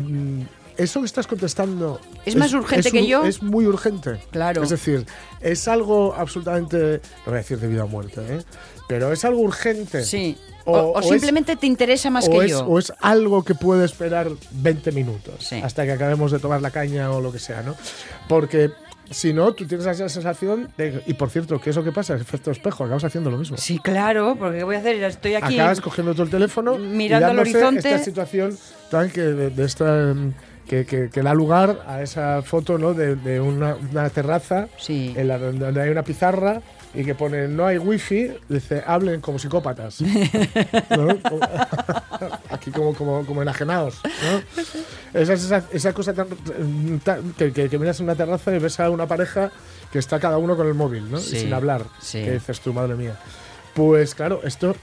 Speaker 3: eso que estás contestando
Speaker 2: ¿Es más urgente
Speaker 3: es
Speaker 2: que
Speaker 3: un-
Speaker 2: yo?
Speaker 3: Es muy urgente.
Speaker 2: Claro.
Speaker 3: Es decir, es algo absolutamente, no voy a decir de vida o muerte, ¿eh? pero es algo urgente.
Speaker 2: Sí. O, o
Speaker 3: Eh. es-
Speaker 2: simplemente te interesa más
Speaker 3: o
Speaker 2: que
Speaker 3: es,
Speaker 2: yo.
Speaker 3: o es algo que puede esperar 20 minutos
Speaker 2: Sí.
Speaker 3: hasta que acabemos de tomar la caña o lo que sea, ¿no? Porque si no, tú tienes esa sensación de. Y por cierto, que eso que pasa, es efecto espejo, acabas haciendo lo mismo.
Speaker 2: Sí, claro, porque ¿qué voy a hacer? Estoy aquí.
Speaker 3: Acabas cogiendo todo el teléfono,
Speaker 2: mirando al
Speaker 3: y dándose
Speaker 2: horizonte.
Speaker 3: Esta situación tan que, de, de esta, em, que, que- que da lugar a esa foto ¿no? de, de una, una terraza
Speaker 2: Sí.
Speaker 3: en la donde donde hay una pizarra y que pone no hay wifi, dice hablen como psicópatas. ¿No? Como- Aquí como, como, como enajenados. ¿no? Esa, esa, esa cosa tan, tan- que, que, que miras en una terraza y ves a una pareja que está cada uno con el móvil ¿no? Y
Speaker 2: Sí,
Speaker 3: sin hablar.
Speaker 2: sí.
Speaker 3: Que dices tú, madre mía. Pues claro, esto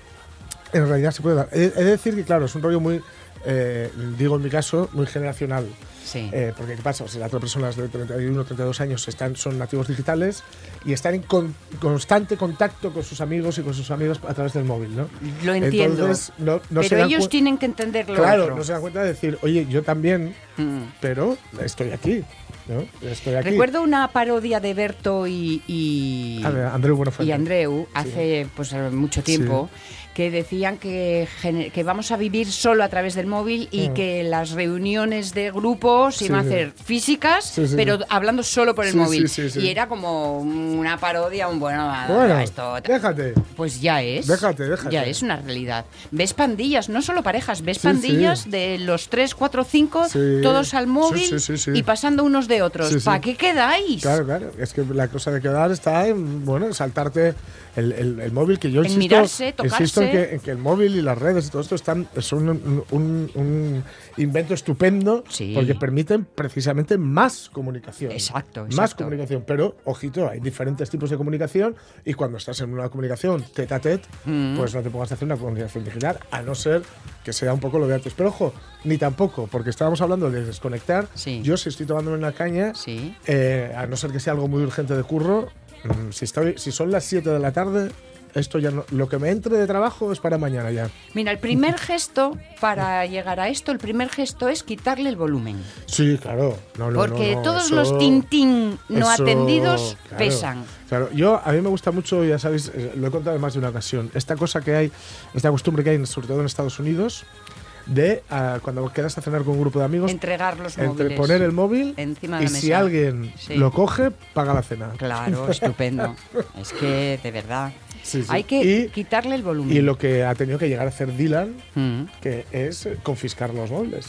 Speaker 3: en realidad se puede dar. He, he de decir que, claro, es un rollo muy, eh, digo en mi caso, muy generacional.
Speaker 2: Sí.
Speaker 3: Eh, porque, ¿qué pasa? Si las otras personas de 31 o 32 años están, son nativos digitales y están en con- constante contacto con sus amigos y con sus amigas a través del móvil, ¿no?
Speaker 2: Lo entiendo.
Speaker 3: Entonces, no, no se
Speaker 2: pero
Speaker 3: dan
Speaker 2: ellos
Speaker 3: cu-
Speaker 2: tienen que entender lo
Speaker 3: Claro,
Speaker 2: otro.
Speaker 3: no se dan cuenta de decir, oye, yo también,
Speaker 2: Mm.
Speaker 3: pero estoy aquí, ¿no? Estoy aquí.
Speaker 2: Recuerdo una parodia de Berto y, y,
Speaker 3: A ver, Andreu Buenafuente.
Speaker 2: y Andreu hace pues eh, mucho tiempo que decían que, gener- que vamos a vivir solo a través del móvil y que las reuniones de grupo se
Speaker 3: Sí,
Speaker 2: iban a
Speaker 3: Mm. sí.
Speaker 2: hacer físicas,
Speaker 3: Sí, sí,
Speaker 2: pero
Speaker 3: sí.
Speaker 2: hablando solo por el
Speaker 3: Sí,
Speaker 2: móvil.
Speaker 3: sí, sí, sí.
Speaker 2: Y era como una parodia, un bueno, ah,
Speaker 3: Bueno,
Speaker 2: esto.
Speaker 3: déjate.
Speaker 2: Pues ya es.
Speaker 3: Déjate, déjate.
Speaker 2: Ya es una realidad. Ves pandillas, no solo parejas, ves
Speaker 3: Sí,
Speaker 2: pandillas
Speaker 3: sí.
Speaker 2: de los 3, 4, 5,
Speaker 3: Sí.
Speaker 2: todos al
Speaker 3: Sí,
Speaker 2: móvil
Speaker 3: sí, sí, sí.
Speaker 2: y pasando unos de otros.
Speaker 3: Sí, sí.
Speaker 2: ¿Para qué quedáis?
Speaker 3: Claro, claro. Es que la cosa de quedar está en, bueno, en saltarte el, el- el móvil, que yo
Speaker 2: En
Speaker 3: insisto,
Speaker 2: mirarse, tocarse.
Speaker 3: insisto en que, en que el móvil y las redes y todo esto están, son un, un- un invento estupendo
Speaker 2: Sí.
Speaker 3: porque permiten precisamente más comunicación.
Speaker 2: Exacto,
Speaker 3: Más
Speaker 2: exacto.
Speaker 3: comunicación. Pero, ojito, hay diferentes tipos de comunicación y cuando estás en una comunicación tete a tete,
Speaker 2: Mm.
Speaker 3: pues no te pongas a hacer una comunicación digital, a no ser que sea un poco lo de antes. Pero ojo, ni tampoco, porque estábamos hablando de desconectar.
Speaker 2: Sí.
Speaker 3: Yo si estoy tomándome una caña,
Speaker 2: Sí.
Speaker 3: eh, a no ser que sea algo muy urgente de curro, mm, si, estoy- si son las 7 de la tarde, esto ya no- lo que me entre de trabajo es para mañana ya.
Speaker 2: Mira, el primer gesto para llegar a esto, el primer gesto es quitarle el volumen.
Speaker 3: Sí, claro. No, no,
Speaker 2: porque
Speaker 3: no, no,
Speaker 2: todos
Speaker 3: eso-
Speaker 2: los tintín no
Speaker 3: eso,
Speaker 2: atendidos
Speaker 3: claro,
Speaker 2: pesan.
Speaker 3: Claro, yo a mí me gusta mucho, ya sabéis, eh, lo he contado en más de una ocasión, esta cosa que hay, esta costumbre que hay, sobre todo en Estados Unidos, de ah, cuando quedas a cenar con un grupo de amigos,
Speaker 2: Entregar los
Speaker 3: entre
Speaker 2: móviles.
Speaker 3: poner el móvil
Speaker 2: encima de
Speaker 3: y
Speaker 2: la
Speaker 3: si
Speaker 2: mesa.
Speaker 3: alguien
Speaker 2: Sí.
Speaker 3: lo coge, paga la cena.
Speaker 2: Claro, estupendo. Es que, de verdad,
Speaker 3: Sí, sí.
Speaker 2: hay que
Speaker 3: Y-
Speaker 2: quitarle el volumen.
Speaker 3: Y lo que ha tenido que llegar a hacer Dylan
Speaker 2: Mm.
Speaker 3: que es eh, confiscar los móviles.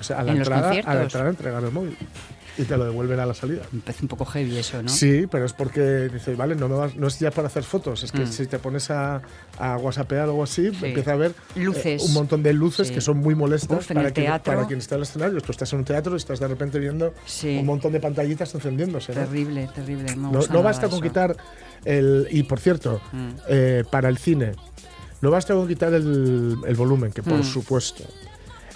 Speaker 3: O sea, a la,
Speaker 2: En los
Speaker 3: entrada, a
Speaker 2: conciertos.
Speaker 3: la entrada entregar el móvil y te lo devuelven a la salida.
Speaker 2: Me parece un poco heavy eso, ¿no?
Speaker 3: Sí, pero es porque dices, vale, no, me vas- no es ya para hacer fotos, es que
Speaker 2: Mm.
Speaker 3: si te pones a, a whatsappear o algo así,
Speaker 2: Sí.
Speaker 3: empieza a haber eh,
Speaker 2: Luces.
Speaker 3: un montón de luces
Speaker 2: Sí.
Speaker 3: que son muy molestas
Speaker 2: Uf, en
Speaker 3: para,
Speaker 2: el
Speaker 3: quien,
Speaker 2: teatro.
Speaker 3: para quien está en el escenario. Tú estás en un teatro y estás de repente viendo
Speaker 2: Sí.
Speaker 3: un montón de pantallitas encendiéndose. ¿no?
Speaker 2: Terrible, terrible. No,
Speaker 3: No,
Speaker 2: gusta
Speaker 3: no
Speaker 2: nada
Speaker 3: basta con
Speaker 2: eso. Mm.
Speaker 3: quitar el. Y por cierto, eh, para el cine, no basta con quitar el, el volumen, que
Speaker 2: Mm.
Speaker 3: por supuesto.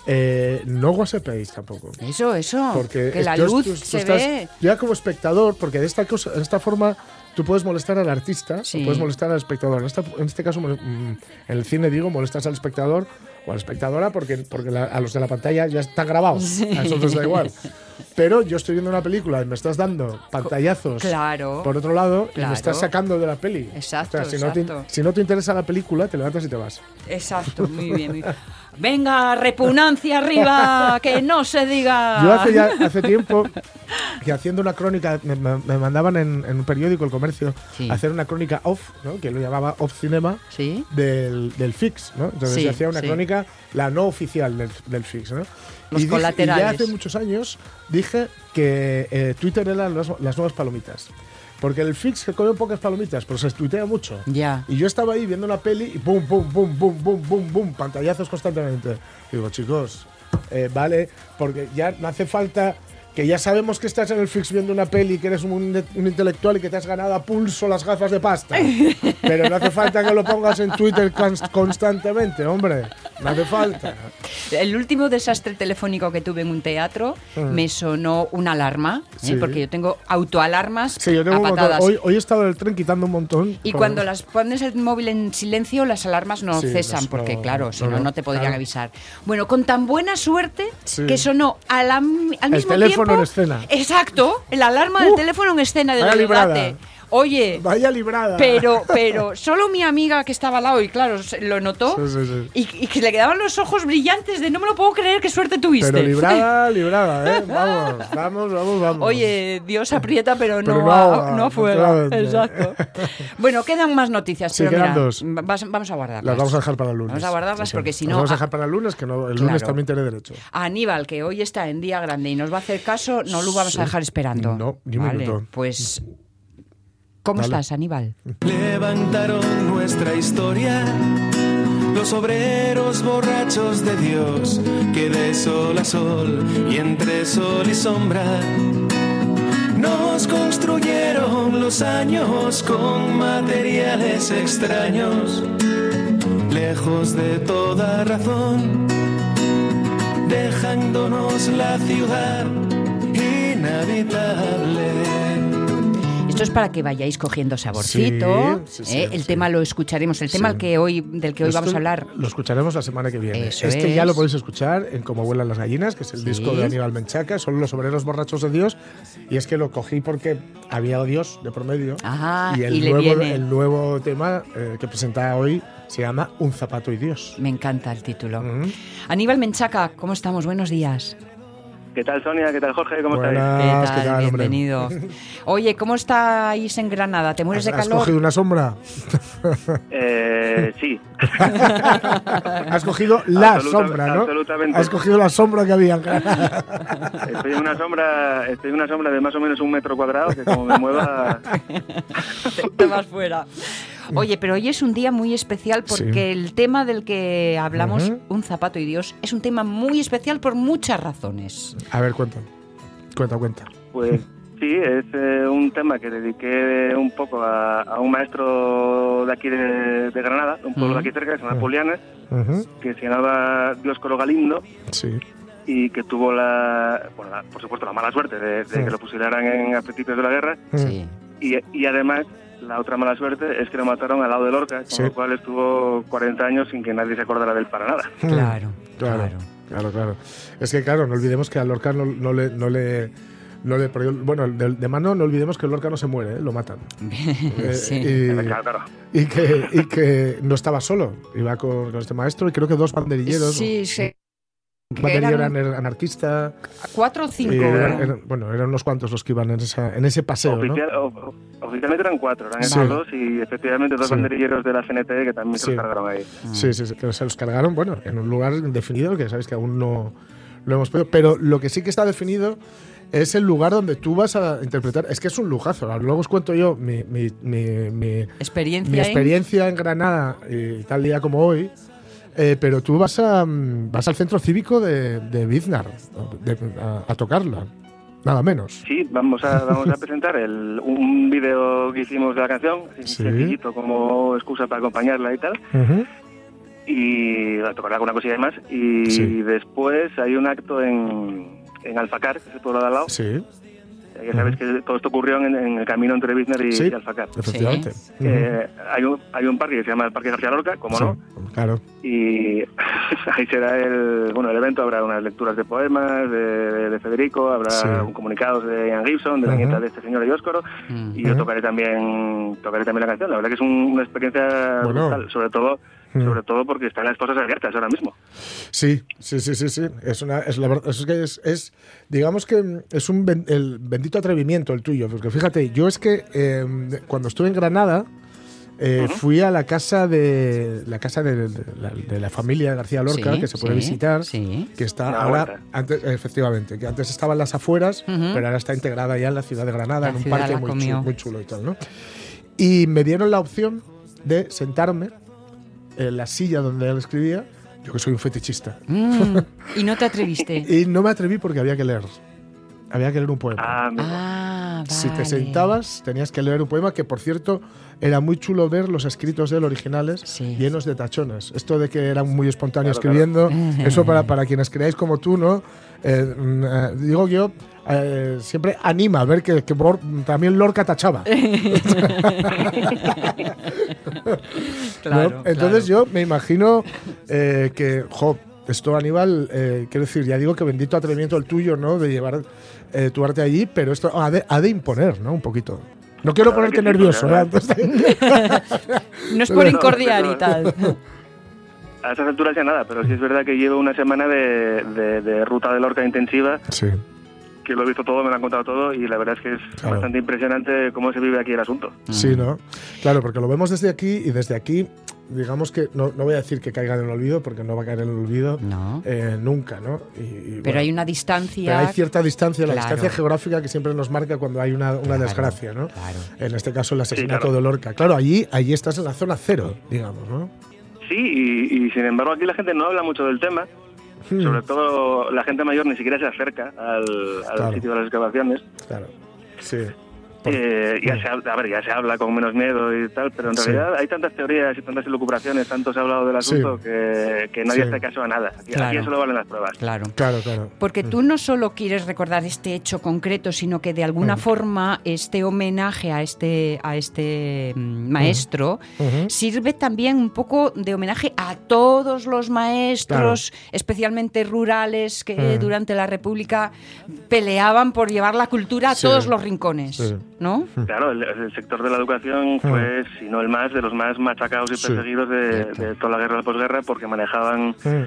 Speaker 3: Eh, no whatsappéis tampoco.
Speaker 2: Eso, eso.
Speaker 3: Porque
Speaker 2: que la
Speaker 3: tú-
Speaker 2: luz
Speaker 3: tú- tú
Speaker 2: se
Speaker 3: estás-
Speaker 2: ve.
Speaker 3: Ya como espectador, porque de esta, cosa, de esta forma tú puedes molestar al artista
Speaker 2: Sí.
Speaker 3: o puedes molestar al espectador. En, esta- en este caso, mol- mm, en el cine, digo, molestas al espectador o a la espectadora porque, porque la- a los de la pantalla ya están grabados. A nosotros da igual. Pero yo estoy viendo una película y me estás dando pantallazos
Speaker 2: claro.
Speaker 3: por otro lado y
Speaker 2: Claro.
Speaker 3: me estás sacando de la peli.
Speaker 2: Exacto,
Speaker 3: O sea, si, no te,
Speaker 2: exacto.
Speaker 3: si no te interesa la película, te levantas y te vas.
Speaker 2: Exacto, muy bien. muy bien. Venga, repugnancia arriba, que no se diga.
Speaker 3: Yo hace, ya, hace tiempo que haciendo una crónica, me, me- me mandaban en, en un periódico, El Comercio,
Speaker 2: Sí.
Speaker 3: a hacer una crónica off, ¿no? que lo llamaba off cinema,
Speaker 2: Sí.
Speaker 3: del, del fix. ¿no? Entonces
Speaker 2: Sí,
Speaker 3: yo hacía una
Speaker 2: sí.
Speaker 3: crónica, la no oficial del, del fix. ¿no?
Speaker 2: Los
Speaker 3: y dije-
Speaker 2: colaterales.
Speaker 3: y ya hace muchos años dije que eh, Twitter eran las, las nuevas palomitas. Porque el fix que come pocas palomitas, pero se tuitea mucho.
Speaker 2: Ya.
Speaker 3: Y yo estaba ahí viendo una peli y pum, pum, pum, pum, pum, pum, pum, pantallazos constantemente. Y digo, chicos, eh, vale, porque ya no hace falta que ya sabemos que estás en el fix viendo una peli, que eres un, un intelectual y que te has ganado a pulso las gafas de pasta. Pero no hace falta que lo pongas en Twitter cons- constantemente, hombre. No hace falta.
Speaker 2: El último desastre telefónico que tuve en un teatro me sonó una alarma, ¿eh?
Speaker 3: Mm. Sí.
Speaker 2: porque yo tengo autoalarmas
Speaker 3: Sí, yo tengo
Speaker 2: a
Speaker 3: un montón.
Speaker 2: patadas.
Speaker 3: Hoy, hoy he estado en el tren quitando un montón.
Speaker 2: Y
Speaker 3: pero-
Speaker 2: cuando las pones el móvil en silencio, las alarmas no
Speaker 3: Sí,
Speaker 2: cesan,
Speaker 3: las-
Speaker 2: porque
Speaker 3: no-
Speaker 2: claro, si no,
Speaker 3: no,
Speaker 2: no te podrían
Speaker 3: claro.
Speaker 2: avisar. Bueno, con tan buena suerte
Speaker 3: Sí.
Speaker 2: que sonó a la- al
Speaker 3: El
Speaker 2: mismo
Speaker 3: teléfono
Speaker 2: tiempo-
Speaker 3: en escena.
Speaker 2: Exacto, la alarma del
Speaker 3: Uh,
Speaker 2: teléfono en escena de
Speaker 3: vaya librada.
Speaker 2: debate. Oye,
Speaker 3: Vaya librada.
Speaker 2: pero, pero solo mi amiga que estaba al lado y claro, se- lo notó
Speaker 3: Sí, sí, sí.
Speaker 2: Y, y que le quedaban los ojos brillantes de no me lo puedo creer, qué suerte tuviste.
Speaker 3: Pero librada, librada, ¿eh? Vamos, vamos, vamos, vamos.
Speaker 2: Oye, Dios aprieta, pero no,
Speaker 3: Pero no
Speaker 2: a,
Speaker 3: ahoga,
Speaker 2: no afuera.
Speaker 3: naturalmente.
Speaker 2: Exacto. Bueno, quedan más noticias,
Speaker 3: Sí,
Speaker 2: pero
Speaker 3: quedan
Speaker 2: mira,
Speaker 3: dos.
Speaker 2: vas- vamos a guardarlas.
Speaker 3: Las vamos a dejar para el lunes.
Speaker 2: Vamos a guardarlas
Speaker 3: Sí, sí.
Speaker 2: porque si
Speaker 3: Las
Speaker 2: no.
Speaker 3: vamos a
Speaker 2: a-
Speaker 3: dejar para el lunes, que no, el
Speaker 2: Claro.
Speaker 3: lunes también tiene derecho.
Speaker 2: a Aníbal, que hoy está en día grande y nos va a hacer caso, no lo vamos a dejar esperando.
Speaker 3: No, ni un
Speaker 2: Vale,
Speaker 3: minuto.
Speaker 2: Pues. ¿Cómo
Speaker 3: Dale.
Speaker 2: estás, Aníbal?
Speaker 5: Levantaron nuestra historia los obreros borrachos de Dios, que de sol a sol y entre sol y sombra nos construyeron los años con materiales extraños, lejos de toda razón, dejándonos la ciudad inhabitable.
Speaker 2: Esto es para que vayáis cogiendo saborcito.
Speaker 3: Sí, sí, sí,
Speaker 2: ¿eh? el
Speaker 3: sí.
Speaker 2: tema lo escucharemos. El tema
Speaker 3: Sí.
Speaker 2: al que hoy, del que hoy vamos
Speaker 3: Esto
Speaker 2: a hablar.
Speaker 3: Lo escucharemos la semana que viene.
Speaker 2: Eso
Speaker 3: este ya
Speaker 2: es.
Speaker 3: lo podéis escuchar en Como vuelan las gallinas, que es el
Speaker 2: Sí.
Speaker 3: disco de Aníbal Menchaca, son los obreros borrachos de Dios. Y es que lo cogí porque había Dios de promedio.
Speaker 2: Ajá,
Speaker 3: y el,
Speaker 2: y le
Speaker 3: nuevo,
Speaker 2: viene.
Speaker 3: el nuevo tema eh, que presenta hoy se llama Un zapato y Dios.
Speaker 2: Me encanta el título. Aníbal Menchaca, ¿cómo estamos? Buenos días.
Speaker 8: ¿Qué tal Sonia? ¿Qué tal Jorge? ¿Cómo estáis?
Speaker 3: Buenas, Ah, ¿qué tal, hombre?
Speaker 2: Bienvenido. Oye, ¿cómo estáis en Granada? ¿Te mueres
Speaker 3: ¿Has,
Speaker 2: de
Speaker 3: has
Speaker 2: calor?
Speaker 3: cogido una sombra?
Speaker 8: Eh, sí,
Speaker 3: Has cogido la
Speaker 8: Absoluta-
Speaker 3: sombra, ¿no?
Speaker 8: absolutamente.
Speaker 3: Has cogido la sombra que había.
Speaker 8: estoy en una sombra, estoy en una sombra de más o menos un metro cuadrado que como me mueva
Speaker 2: Te vas fuera. Oye, pero hoy es un día muy especial porque
Speaker 3: Sí.
Speaker 2: el tema del que hablamos,
Speaker 3: Ujú.
Speaker 2: un zapato y Dios, es un tema muy especial por muchas razones.
Speaker 3: A ver, cuenta. Cuenta, cuenta.
Speaker 8: Pues sí, es eh, un tema que dediqué un poco a, a un maestro de aquí de, de Granada, de un pueblo de aquí cerca, que se llama Pulianes,
Speaker 3: Ujú,
Speaker 8: que se llamaba Dioscoro Galindo
Speaker 3: Sí.
Speaker 8: y que tuvo la, bueno, la- por supuesto, la mala suerte de, de
Speaker 3: Sí.
Speaker 8: que lo fusilaran en, a principios de la guerra
Speaker 2: Sí.
Speaker 8: y, y además la otra mala suerte es que lo mataron al lado de Lorca, con
Speaker 3: Sí.
Speaker 8: lo cual estuvo 40 años sin que nadie se acordara de él para nada.
Speaker 2: Claro,
Speaker 3: Claro,
Speaker 2: claro.
Speaker 3: claro, claro. Es que, claro, no olvidemos que a Lorca no, no le. No le no le- pero yo- bueno, de, de mano no olvidemos que Lorca no se muere, ¿eh? lo matan. Eh,
Speaker 2: sí.
Speaker 8: Claro,
Speaker 3: y,
Speaker 8: claro.
Speaker 3: y que, y que no estaba solo, iba con, con este maestro y creo que dos banderilleros.
Speaker 2: Sí, sí.
Speaker 3: un
Speaker 2: que
Speaker 3: banderillero
Speaker 2: eran-
Speaker 3: era anarquista.
Speaker 2: Cuatro o cinco.
Speaker 3: y eran-
Speaker 2: ¿verdad?
Speaker 3: eran- bueno, eran unos cuantos los que iban en, esa- en ese paseo. ¿no?
Speaker 8: Oficial- o- o- oficialmente eran cuatro, eran
Speaker 3: Sí.
Speaker 8: esos dos y efectivamente dos
Speaker 3: Sí.
Speaker 8: banderilleros de la CNT que también
Speaker 3: Sí.
Speaker 8: se los cargaron ahí.
Speaker 3: Sí, sí, sí, que se los cargaron, bueno, en un lugar definido, que sabéis que aún no lo hemos podido. Pero lo que sí que está definido es el lugar donde tú vas a interpretar. Es que es un lujazo. Ahora Luego os cuento yo mi, mi- mi- mi-
Speaker 2: Experiencia.
Speaker 3: mi
Speaker 2: ¿eh?
Speaker 3: experiencia en Granada, eh, tal día como hoy. Eh, pero tú vas a mm, vas al centro cívico de, de Biznar de- a, a tocarla, nada menos.
Speaker 8: Sí, vamos a, vamos a presentar el, un vídeo que hicimos de la canción, así
Speaker 3: Sí.
Speaker 8: sencillito como excusa para acompañarla y tal,
Speaker 3: Ujú.
Speaker 8: y a tocar alguna cosilla más. Y
Speaker 3: Sí.
Speaker 8: después hay un acto en, en Alfacar, que es el pueblo de al lado.
Speaker 3: Sí,
Speaker 8: Ya sabes que todo esto ocurrió en, en el camino entre Biznar y,
Speaker 3: Sí.
Speaker 8: y Alfacar.
Speaker 3: efectivamente. Ujú.
Speaker 8: Eh, hay, un, hay un parque que se llama el Parque García Lorca, como
Speaker 3: Sí,
Speaker 8: no,
Speaker 3: Claro.
Speaker 8: y ahí será el, bueno, el evento, habrá unas lecturas de poemas de, de Federico, habrá
Speaker 3: Sí.
Speaker 8: un comunicado de Ian Gibson, de la
Speaker 3: Ajá.
Speaker 8: nieta de este señor Dioscoro,
Speaker 2: Mm.
Speaker 8: y yo
Speaker 3: Ajá.
Speaker 8: tocaré también tocaré también la canción. La verdad que es un- una experiencia
Speaker 3: Bueno. Mm.
Speaker 8: brutal, sobre todo sobre todo porque están las cosas abiertas ahora mismo.
Speaker 3: Sí, sí, sí, sí, sí. Es una, es la verdad, es que es, es- digamos que mm, es un ben- el bendito atrevimiento el tuyo, porque fíjate, yo es que eh, cuando estuve en Granada eh, fui a la casa de la casa de, de la, de la familia García Lorca
Speaker 2: Sí,
Speaker 3: que se puede
Speaker 2: sí,
Speaker 3: visitar,
Speaker 2: sí.
Speaker 3: que está
Speaker 8: La
Speaker 3: ahora
Speaker 8: huerta.
Speaker 3: antes, efectivamente, que antes estaba en las afueras,
Speaker 2: Ujú.
Speaker 3: pero ahora está integrada ya en la ciudad de Granada,
Speaker 2: La
Speaker 3: en un
Speaker 2: ciudad
Speaker 3: parque
Speaker 2: la
Speaker 3: muy
Speaker 2: comió.
Speaker 3: chulo, muy chulo y tal, ¿no? Y me dieron la opción de sentarme en la silla donde él escribía, yo que soy un fetichista.
Speaker 2: Mm, y no te atreviste.
Speaker 3: Y no me atreví porque había que leer. Había que leer un poema.
Speaker 8: Ah, amigo.
Speaker 2: ah, vale.
Speaker 3: Si te sentabas, tenías que leer un poema que, por cierto, era muy chulo ver los escritos de él originales
Speaker 2: Sí.
Speaker 3: llenos de tachones. Esto de que era muy espontáneo
Speaker 8: Claro,
Speaker 3: escribiendo, eso para, para quienes creáis como tú, ¿no? Eh, mm, eh, digo yo, eh, siempre anima a ver que, que Bor- también Lorca tachaba. ¿no? Entonces yo me imagino eh, que, jo, esto Aníbal, eh, quiero decir, ya digo que bendito atrevimiento el tuyo, ¿no? De llevar eh, tu arte allí, pero esto ha de, ha de imponer, ¿no? Un poquito. No quiero
Speaker 8: Claro
Speaker 3: ponerte
Speaker 8: que sí,
Speaker 3: nervioso, ¿eh?
Speaker 8: claro.
Speaker 3: ¿verdad? Entonces,
Speaker 2: No es por
Speaker 8: No,
Speaker 2: incordiar
Speaker 8: no,
Speaker 2: y tal.
Speaker 8: A estas alturas ya nada, pero sí es verdad que llevo una semana de, de- de ruta de Lorca intensiva,
Speaker 3: sí,
Speaker 8: que lo he visto todo, me lo han contado todo y la verdad es que es
Speaker 3: Claro.
Speaker 8: bastante impresionante cómo se vive aquí el asunto.
Speaker 2: Mm.
Speaker 3: sí, ¿no? Claro, porque lo vemos desde aquí y desde aquí, digamos que, no, no voy a decir que caiga en el olvido, porque no va a caer en el olvido
Speaker 2: No.
Speaker 3: eh, nunca, ¿no? Y- y
Speaker 2: Pero
Speaker 3: bueno.
Speaker 2: hay una distancia.
Speaker 3: Pero hay cierta distancia, la
Speaker 2: Claro.
Speaker 3: distancia geográfica que siempre nos marca cuando hay una, una desgracia, ¿no?
Speaker 2: claro.
Speaker 3: En este caso, el asesinato
Speaker 8: claro.
Speaker 3: de Lorca. Claro, allí, allí estás en la zona cero, digamos, ¿no?
Speaker 8: Sí, y, y sin embargo aquí la gente no habla mucho del tema,
Speaker 3: Hmm. Mm.
Speaker 8: sobre todo la gente mayor ni siquiera se acerca al, al
Speaker 3: Claro.
Speaker 8: sitio de las excavaciones.
Speaker 3: Claro. Sí. Por-
Speaker 8: Eh, ya se, habla- a ver, ya se habla con menos miedo y tal, pero en
Speaker 3: Sí.
Speaker 8: realidad hay tantas teorías y tantas elucubraciones, tanto se ha hablado del
Speaker 3: Sí.
Speaker 8: asunto que, que nadie
Speaker 3: Sí.
Speaker 8: hace caso a nada. Aquí,
Speaker 2: Claro.
Speaker 8: aquí solo valen las pruebas.
Speaker 2: Claro.
Speaker 3: Claro, claro.
Speaker 2: Porque tú no solo quieres recordar este hecho concreto, sino que de alguna forma este homenaje a este, a este mm, maestro
Speaker 3: Ujú.
Speaker 2: sirve también un poco de homenaje a todos los maestros, especialmente rurales, que
Speaker 3: Ujú.
Speaker 2: durante la República peleaban por llevar la cultura a
Speaker 3: Sí.
Speaker 2: todos los rincones,
Speaker 3: Sí.
Speaker 2: ¿no?
Speaker 3: Mm.
Speaker 8: Claro, el, el sector de la educación fue, si no el más, de los más machacados y
Speaker 3: Sí.
Speaker 8: perseguidos de, de toda la guerra de la posguerra porque manejaban
Speaker 3: Mm,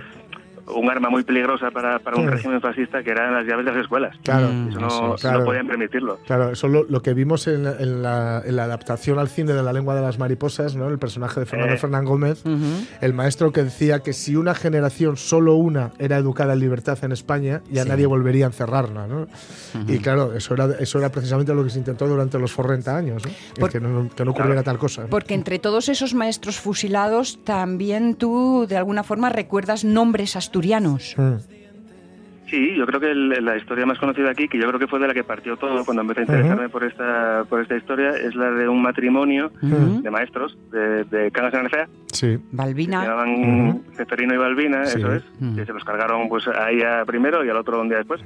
Speaker 8: un arma muy peligrosa para, para un
Speaker 3: Mm.
Speaker 8: régimen fascista que eran las llaves de las escuelas.
Speaker 3: Claro.
Speaker 8: Eso no,
Speaker 3: Claro.
Speaker 8: no podían permitirlo.
Speaker 3: Claro, eso lo, lo que vimos en, la- en la, en la adaptación al cine de La lengua de las mariposas, ¿no? El personaje de Fernando
Speaker 8: Eh.
Speaker 3: Fernán Gómez,
Speaker 2: Ujú.
Speaker 3: el maestro que decía que si una generación, solo una, era educada en libertad en España, ya nadie volvería a encerrarla, ¿no? Y claro, eso era, eso era precisamente lo que se intentó durante los 40 años, ¿no?
Speaker 2: Por-
Speaker 3: que, no, que no ocurriera tal cosa.
Speaker 2: Porque entre todos esos maestros fusilados también tú de alguna forma recuerdas nombres asturianos.
Speaker 3: Mm,
Speaker 8: Sí, yo creo que el- la historia más conocida aquí, que yo creo que fue de la que partió todo cuando empecé a interesarme por esta por esta historia, es la de un matrimonio
Speaker 2: Ujú.
Speaker 8: de maestros de, de Cangas de Narcea,
Speaker 3: Sí,
Speaker 8: que se
Speaker 2: Balbina.
Speaker 8: llamaban Ceferino y Balbina,
Speaker 3: Sí.
Speaker 8: eso es, que se los cargaron pues a ella primero y al otro un día después.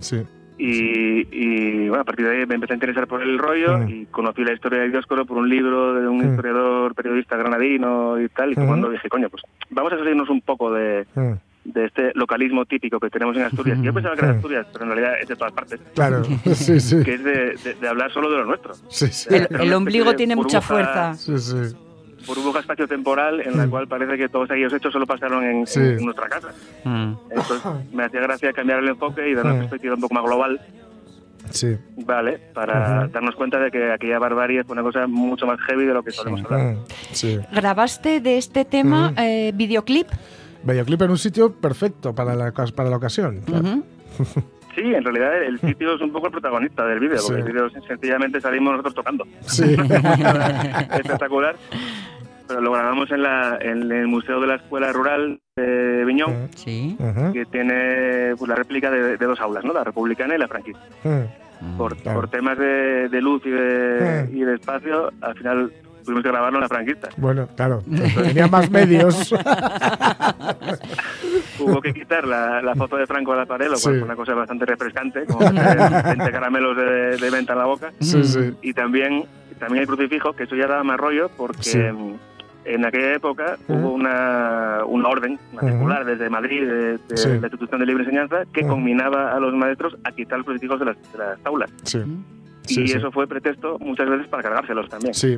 Speaker 3: sí.
Speaker 8: Y, y, bueno, a partir de ahí me empecé a interesar por el rollo
Speaker 3: Ujú.
Speaker 8: y conocí la historia de Dioscoro por un libro de un
Speaker 3: Ujú.
Speaker 8: historiador, periodista granadino y tal, y
Speaker 3: Ujú.
Speaker 8: cuando dije, coño, pues vamos a salirnos un poco de,
Speaker 3: mm.
Speaker 8: de este localismo típico que tenemos en Asturias. Yo pensaba que era de Asturias, pero en realidad es de todas partes,
Speaker 3: Claro, sí, sí.
Speaker 8: que es de, de- de hablar solo de lo nuestro.
Speaker 3: Sí, sí.
Speaker 2: El, el
Speaker 8: Pero una especie
Speaker 2: ombligo
Speaker 8: de
Speaker 2: tiene mucha fuerza.
Speaker 8: burbuja-
Speaker 3: Sí, sí.
Speaker 8: Burbuja espacio-temporal en la cual parece que todos aquellos hechos solo pasaron en,
Speaker 3: Sí.
Speaker 8: en nuestra casa. Entonces me hacía gracia cambiar el enfoque y dar una
Speaker 3: Ujú.
Speaker 8: perspectiva un poco más global.
Speaker 3: sí.
Speaker 8: Vale, para darnos cuenta de que aquella barbarie es una cosa mucho más heavy de lo que solemos hablar.
Speaker 3: Mm, sí.
Speaker 2: ¿Grabaste de este tema eh, videoclip?
Speaker 3: Videoclip en un sitio perfecto para la, ocas- para la ocasión. claro.
Speaker 2: Ujú.
Speaker 8: Sí, en realidad el sitio es un poco el protagonista del vídeo, porque
Speaker 3: Sí.
Speaker 8: el vídeo sencillamente salimos nosotros tocando.
Speaker 3: Sí.
Speaker 8: Espectacular. Pero lo grabamos en, la, en el Museo de la Escuela Rural de Viñón,
Speaker 2: Sí.
Speaker 3: Ujú,
Speaker 8: que tiene pues, la réplica de, de dos aulas, ¿no? La republicana y la franquista.
Speaker 3: mm.
Speaker 8: Por,
Speaker 3: Claro.
Speaker 8: por temas de, de luz y de,
Speaker 3: Sí.
Speaker 8: y de espacio, al final tuvimos que grabarlo en la franquista.
Speaker 3: Bueno, claro. Tenía más medios.
Speaker 8: Mm. Hubo que quitar la, la foto de Franco a la pared, lo cual
Speaker 3: Sí.
Speaker 8: fue una cosa bastante refrescante, como tener 20 caramelos de, de venta en la boca.
Speaker 3: Sí, sí.
Speaker 8: Y también, también el crucifijo, que eso ya daba más rollo, porque
Speaker 3: Sí.
Speaker 8: mm, en aquella época
Speaker 3: Ujú.
Speaker 8: hubo una, una orden, una
Speaker 3: Ujú.
Speaker 8: circular desde Madrid, de, de
Speaker 3: Sí.
Speaker 8: la institución de libre enseñanza, que
Speaker 3: Ujú.
Speaker 8: combinaba a los maestros a quitar los crucifijos de las, de las aulas.
Speaker 3: sí. Sí,
Speaker 8: y
Speaker 3: sí.
Speaker 8: eso fue pretexto muchas veces para cargárselos también.
Speaker 3: Sí.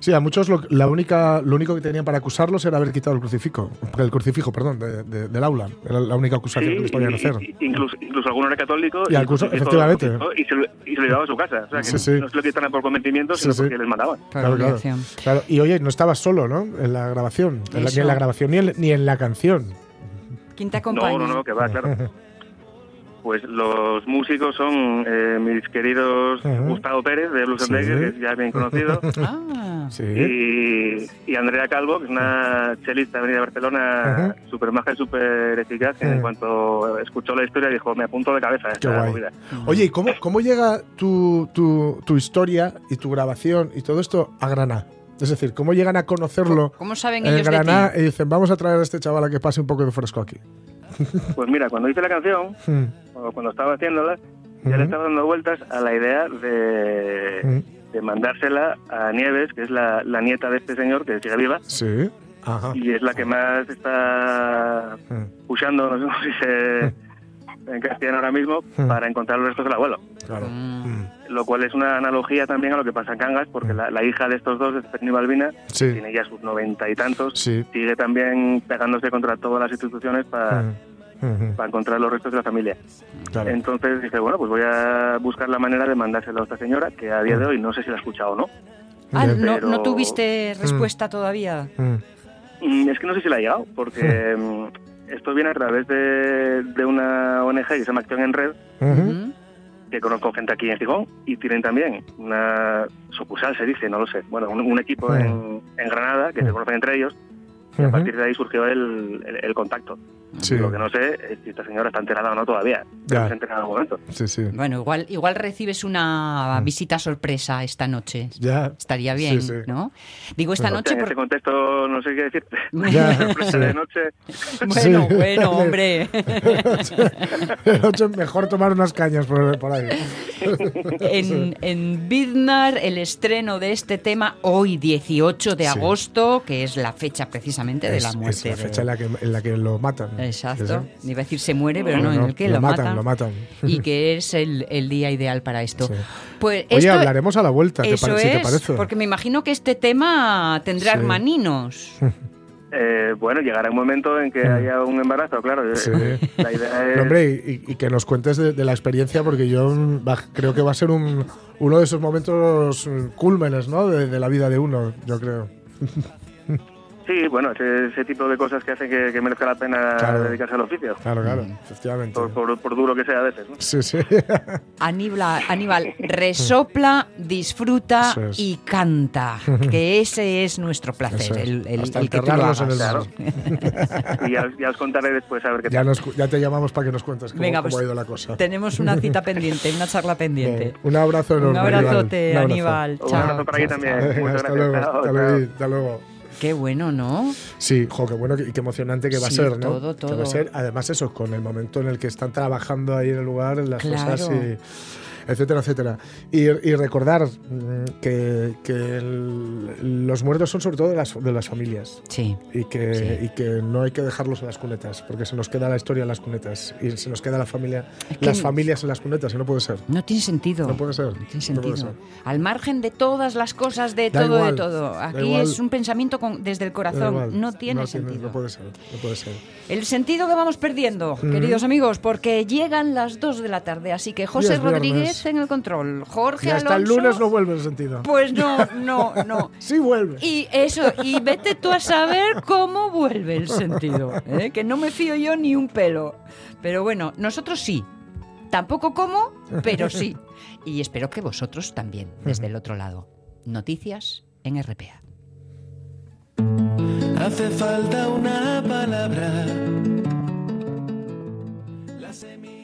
Speaker 3: Sí, a muchos lo, la única, lo único que tenían para acusarlos era haber quitado el crucifijo, el crucifijo, perdón, de- de- del aula. Era la única acusación que les podían
Speaker 8: y-
Speaker 3: hacer.
Speaker 8: y- incluso, incluso alguno era católico
Speaker 3: Y algunos-
Speaker 8: incluso-
Speaker 3: efectivamente.
Speaker 8: y se, lo, y se lo llevaba a su casa. O sea, que
Speaker 3: Sí, sí.
Speaker 8: no se lo quitaran por convencimiento, sino
Speaker 3: Sí, sí.
Speaker 8: porque les mandaban.
Speaker 3: Claro, claro.
Speaker 2: obligación.
Speaker 3: Claro, Y oye, no estabas solo, ¿no? En la grabación, En la- ni
Speaker 2: Eso.
Speaker 3: en la grabación ni en, ni en la canción.
Speaker 2: ¿Quién te acompaña?
Speaker 8: No, no, no, que va, claro. Pues los músicos son eh, mis queridos
Speaker 3: Ajá.
Speaker 8: Gustavo Pérez de Blues and
Speaker 3: Sí.
Speaker 8: Breakers, que es ya bien conocido,
Speaker 2: Ah,
Speaker 3: Sí.
Speaker 8: y, y Andrea Calvo, que es una chelista venida de Barcelona,
Speaker 3: Ajá.
Speaker 8: súper maja y súper eficaz, que
Speaker 3: Ajá.
Speaker 8: en cuanto escuchó la historia dijo, me apunto de cabeza a
Speaker 3: Qué
Speaker 8: esta
Speaker 3: guay.
Speaker 8: movida.
Speaker 3: Oye, ¿y cómo, cómo llega tu, tu- tu historia y tu grabación y todo esto a Granada? Es decir, ¿cómo llegan a conocerlo
Speaker 2: ¿Cómo saben
Speaker 3: en
Speaker 2: ellos de
Speaker 3: Granada
Speaker 2: ti?
Speaker 3: y dicen, vamos a traer a este chaval a que pase un poco de fresco aquí?
Speaker 8: Pues mira, cuando hice la canción,
Speaker 3: Mm,
Speaker 8: o cuando estaba haciéndola, ya
Speaker 3: Ujú.
Speaker 8: le estaba dando vueltas a la idea de,
Speaker 3: mm,
Speaker 8: de mandársela a Nieves, que es la, la nieta de este señor que sigue viva,
Speaker 3: Sí. Ajá.
Speaker 8: y es la que más está
Speaker 3: Mm,
Speaker 8: pushando, no sé cómo se dice en castellano ahora mismo,
Speaker 3: Hmm.
Speaker 8: para encontrar los restos del abuelo.
Speaker 3: Claro. Mm,
Speaker 8: Lo cual es una analogía también a lo que pasa en Cangas, porque la, la hija de estos dos, es Ferni Balbina,
Speaker 3: Hmm. Sí.
Speaker 8: tiene ya sus noventa y tantos,
Speaker 3: Sí.
Speaker 8: sigue también pegándose contra todas las instituciones para,
Speaker 3: Mm, mm,
Speaker 8: para encontrar los restos de la familia.
Speaker 3: Claro.
Speaker 8: Entonces dije, bueno, pues voy a buscar la manera de mandárselo a esta señora, que a
Speaker 3: Hmm.
Speaker 8: día de hoy no sé si la ha escuchado o no.
Speaker 2: Ah,
Speaker 3: Bien.
Speaker 2: no,
Speaker 8: Pero-
Speaker 2: no tuviste respuesta todavía.
Speaker 3: Mm,
Speaker 8: Mm, Es que no sé si la ha llegado, porque mm, esto viene a través de, de una ONG que se llama Acción en Red,
Speaker 3: ujú.
Speaker 8: que conozco gente aquí en Gijón, y tienen también una sucursal, se dice, no lo sé, bueno, un, un equipo
Speaker 3: Sí.
Speaker 8: en, en Granada que se conoce entre ellos, y a
Speaker 3: Ujú.
Speaker 8: partir de ahí surgió el, el- el contacto.
Speaker 3: Sí.
Speaker 8: Lo que no sé es si esta señora está enterada o no todavía,
Speaker 3: Ya.
Speaker 8: pero se entera en algún momento.
Speaker 3: Sí, sí.
Speaker 2: Bueno, igual, igual recibes una visita sorpresa esta noche.
Speaker 3: Mm. Ya.
Speaker 2: Estaría bien,
Speaker 3: Sí, sí.
Speaker 2: ¿no? Digo esta
Speaker 8: O sea,
Speaker 2: noche
Speaker 8: en este
Speaker 2: porque...
Speaker 8: contexto no sé qué decirte.
Speaker 3: Ya.
Speaker 8: Sorpresa de noche,
Speaker 2: Bueno,
Speaker 3: Sí.
Speaker 2: bueno, hombre.
Speaker 3: El ocho, mejor tomar unas cañas por, por ahí.
Speaker 2: en, en Vidnar, el estreno de este tema hoy 18 de
Speaker 3: Sí.
Speaker 2: agosto, que es la fecha precisamente de
Speaker 3: Es-
Speaker 2: la muerte.
Speaker 3: Es la
Speaker 2: de-
Speaker 3: fecha en la que, en la que lo matan.
Speaker 2: Exacto.
Speaker 3: Sí, sí.
Speaker 2: Iba a decir se muere, pero no,
Speaker 3: No,
Speaker 2: en
Speaker 3: no,
Speaker 2: el que
Speaker 3: lo
Speaker 2: lo,
Speaker 3: matan,
Speaker 2: matan.
Speaker 3: lo matan.
Speaker 2: Y que es el, el día ideal para esto.
Speaker 3: Sí.
Speaker 2: Pues
Speaker 3: Oye,
Speaker 2: esto-
Speaker 3: hablaremos a la vuelta, ¿te
Speaker 2: Eso
Speaker 3: pare- si te
Speaker 2: es,
Speaker 3: parece.
Speaker 2: porque me imagino que este tema tendrá
Speaker 3: Sí. Mm.
Speaker 2: hermaninos.
Speaker 8: eh, bueno, llegará un momento en que haya un embarazo, claro.
Speaker 3: Sí.
Speaker 8: La idea es...
Speaker 3: No, hombre, y, y- y que nos cuentes de, de la experiencia, porque yo mm, va- creo que va a ser un- uno de esos momentos mm, cúlmenes, ¿no? De, de la vida de uno, yo creo.
Speaker 8: Sí, bueno, ese, ese tipo de cosas que hacen que, que merezca la pena
Speaker 3: Claro.
Speaker 8: dedicarse al oficio,
Speaker 3: Claro, claro,
Speaker 2: Mm.
Speaker 3: efectivamente.
Speaker 8: por, por- por duro que sea a veces. ¿no?
Speaker 3: Sí, sí.
Speaker 2: Aníbal, Aníbal, resopla, disfruta
Speaker 3: Eso es. Mm.
Speaker 2: y canta, que ese es nuestro placer,
Speaker 3: Eso es.
Speaker 2: el, el-
Speaker 3: Hasta
Speaker 2: el que tú lo
Speaker 3: enterrarnos en
Speaker 2: hagas.
Speaker 3: el
Speaker 8: Claro. y ya, os- ya os contaré después a ver qué
Speaker 3: ya,
Speaker 8: tal.
Speaker 3: nos cu- ya te llamamos para que nos cuentes cómo,
Speaker 2: Venga,
Speaker 3: cómo
Speaker 2: pues,
Speaker 3: ha ido la cosa.
Speaker 2: Tenemos una cita pendiente, una charla pendiente.
Speaker 3: Bien, un abrazo
Speaker 2: Un
Speaker 3: enorme.
Speaker 2: abrazote, Aníbal.
Speaker 3: Aníbal. Un
Speaker 8: Un
Speaker 2: Chao.
Speaker 8: abrazo para aquí también.
Speaker 3: Venga,
Speaker 8: Muchas
Speaker 3: hasta
Speaker 8: gracias.
Speaker 3: luego,
Speaker 8: Chao,
Speaker 3: hasta
Speaker 8: chao.
Speaker 3: luego, hasta luego.
Speaker 2: Qué bueno, ¿no?
Speaker 3: Sí, jo, qué bueno y qué emocionante que va
Speaker 2: Sí,
Speaker 3: a ser, ¿no?
Speaker 2: todo,
Speaker 3: Que va
Speaker 2: todo.
Speaker 3: a ser, además eso, con el momento en el que están trabajando ahí en el lugar, en las
Speaker 2: Claro.
Speaker 3: cosas y etcétera, etcétera. Y, y recordar mm, que, que el- los muertos son sobre todo de las, de las familias
Speaker 2: Sí.
Speaker 3: y que,
Speaker 2: Sí.
Speaker 3: y que no hay que dejarlos en las cunetas, porque se nos queda la historia en las cunetas y se nos queda la familia,
Speaker 2: Es que-
Speaker 3: las familias en las cunetas y no puede ser.
Speaker 2: No tiene sentido.
Speaker 3: No puede ser,
Speaker 2: No tiene
Speaker 3: no
Speaker 2: sentido.
Speaker 3: puede ser.
Speaker 2: Al margen de todas las cosas, de
Speaker 3: Da
Speaker 2: todo,
Speaker 3: igual,
Speaker 2: de todo.
Speaker 3: da
Speaker 2: Aquí
Speaker 3: igual.
Speaker 2: es un pensamiento con- desde el
Speaker 3: Da
Speaker 2: corazón.
Speaker 3: igual,
Speaker 2: no tiene sentido.
Speaker 3: No puede ser, no puede ser.
Speaker 2: El sentido que vamos perdiendo, queridos amigos, porque llegan las 2 de la tarde. Así que José
Speaker 3: Dios, viernes.
Speaker 2: Rodríguez en el control. Jorge
Speaker 3: Y hasta el
Speaker 2: Alonso.
Speaker 3: lunes no vuelve el sentido.
Speaker 2: Pues no, no, no.
Speaker 3: Sí vuelve.
Speaker 2: Y eso, y vete tú a saber cómo vuelve el sentido, ¿eh? que no me fío yo ni un pelo. Pero bueno, nosotros sí. Tampoco como, pero sí. Y espero que vosotros también, desde el otro lado. Noticias en RPA.
Speaker 5: Hace falta una palabra. La semilla.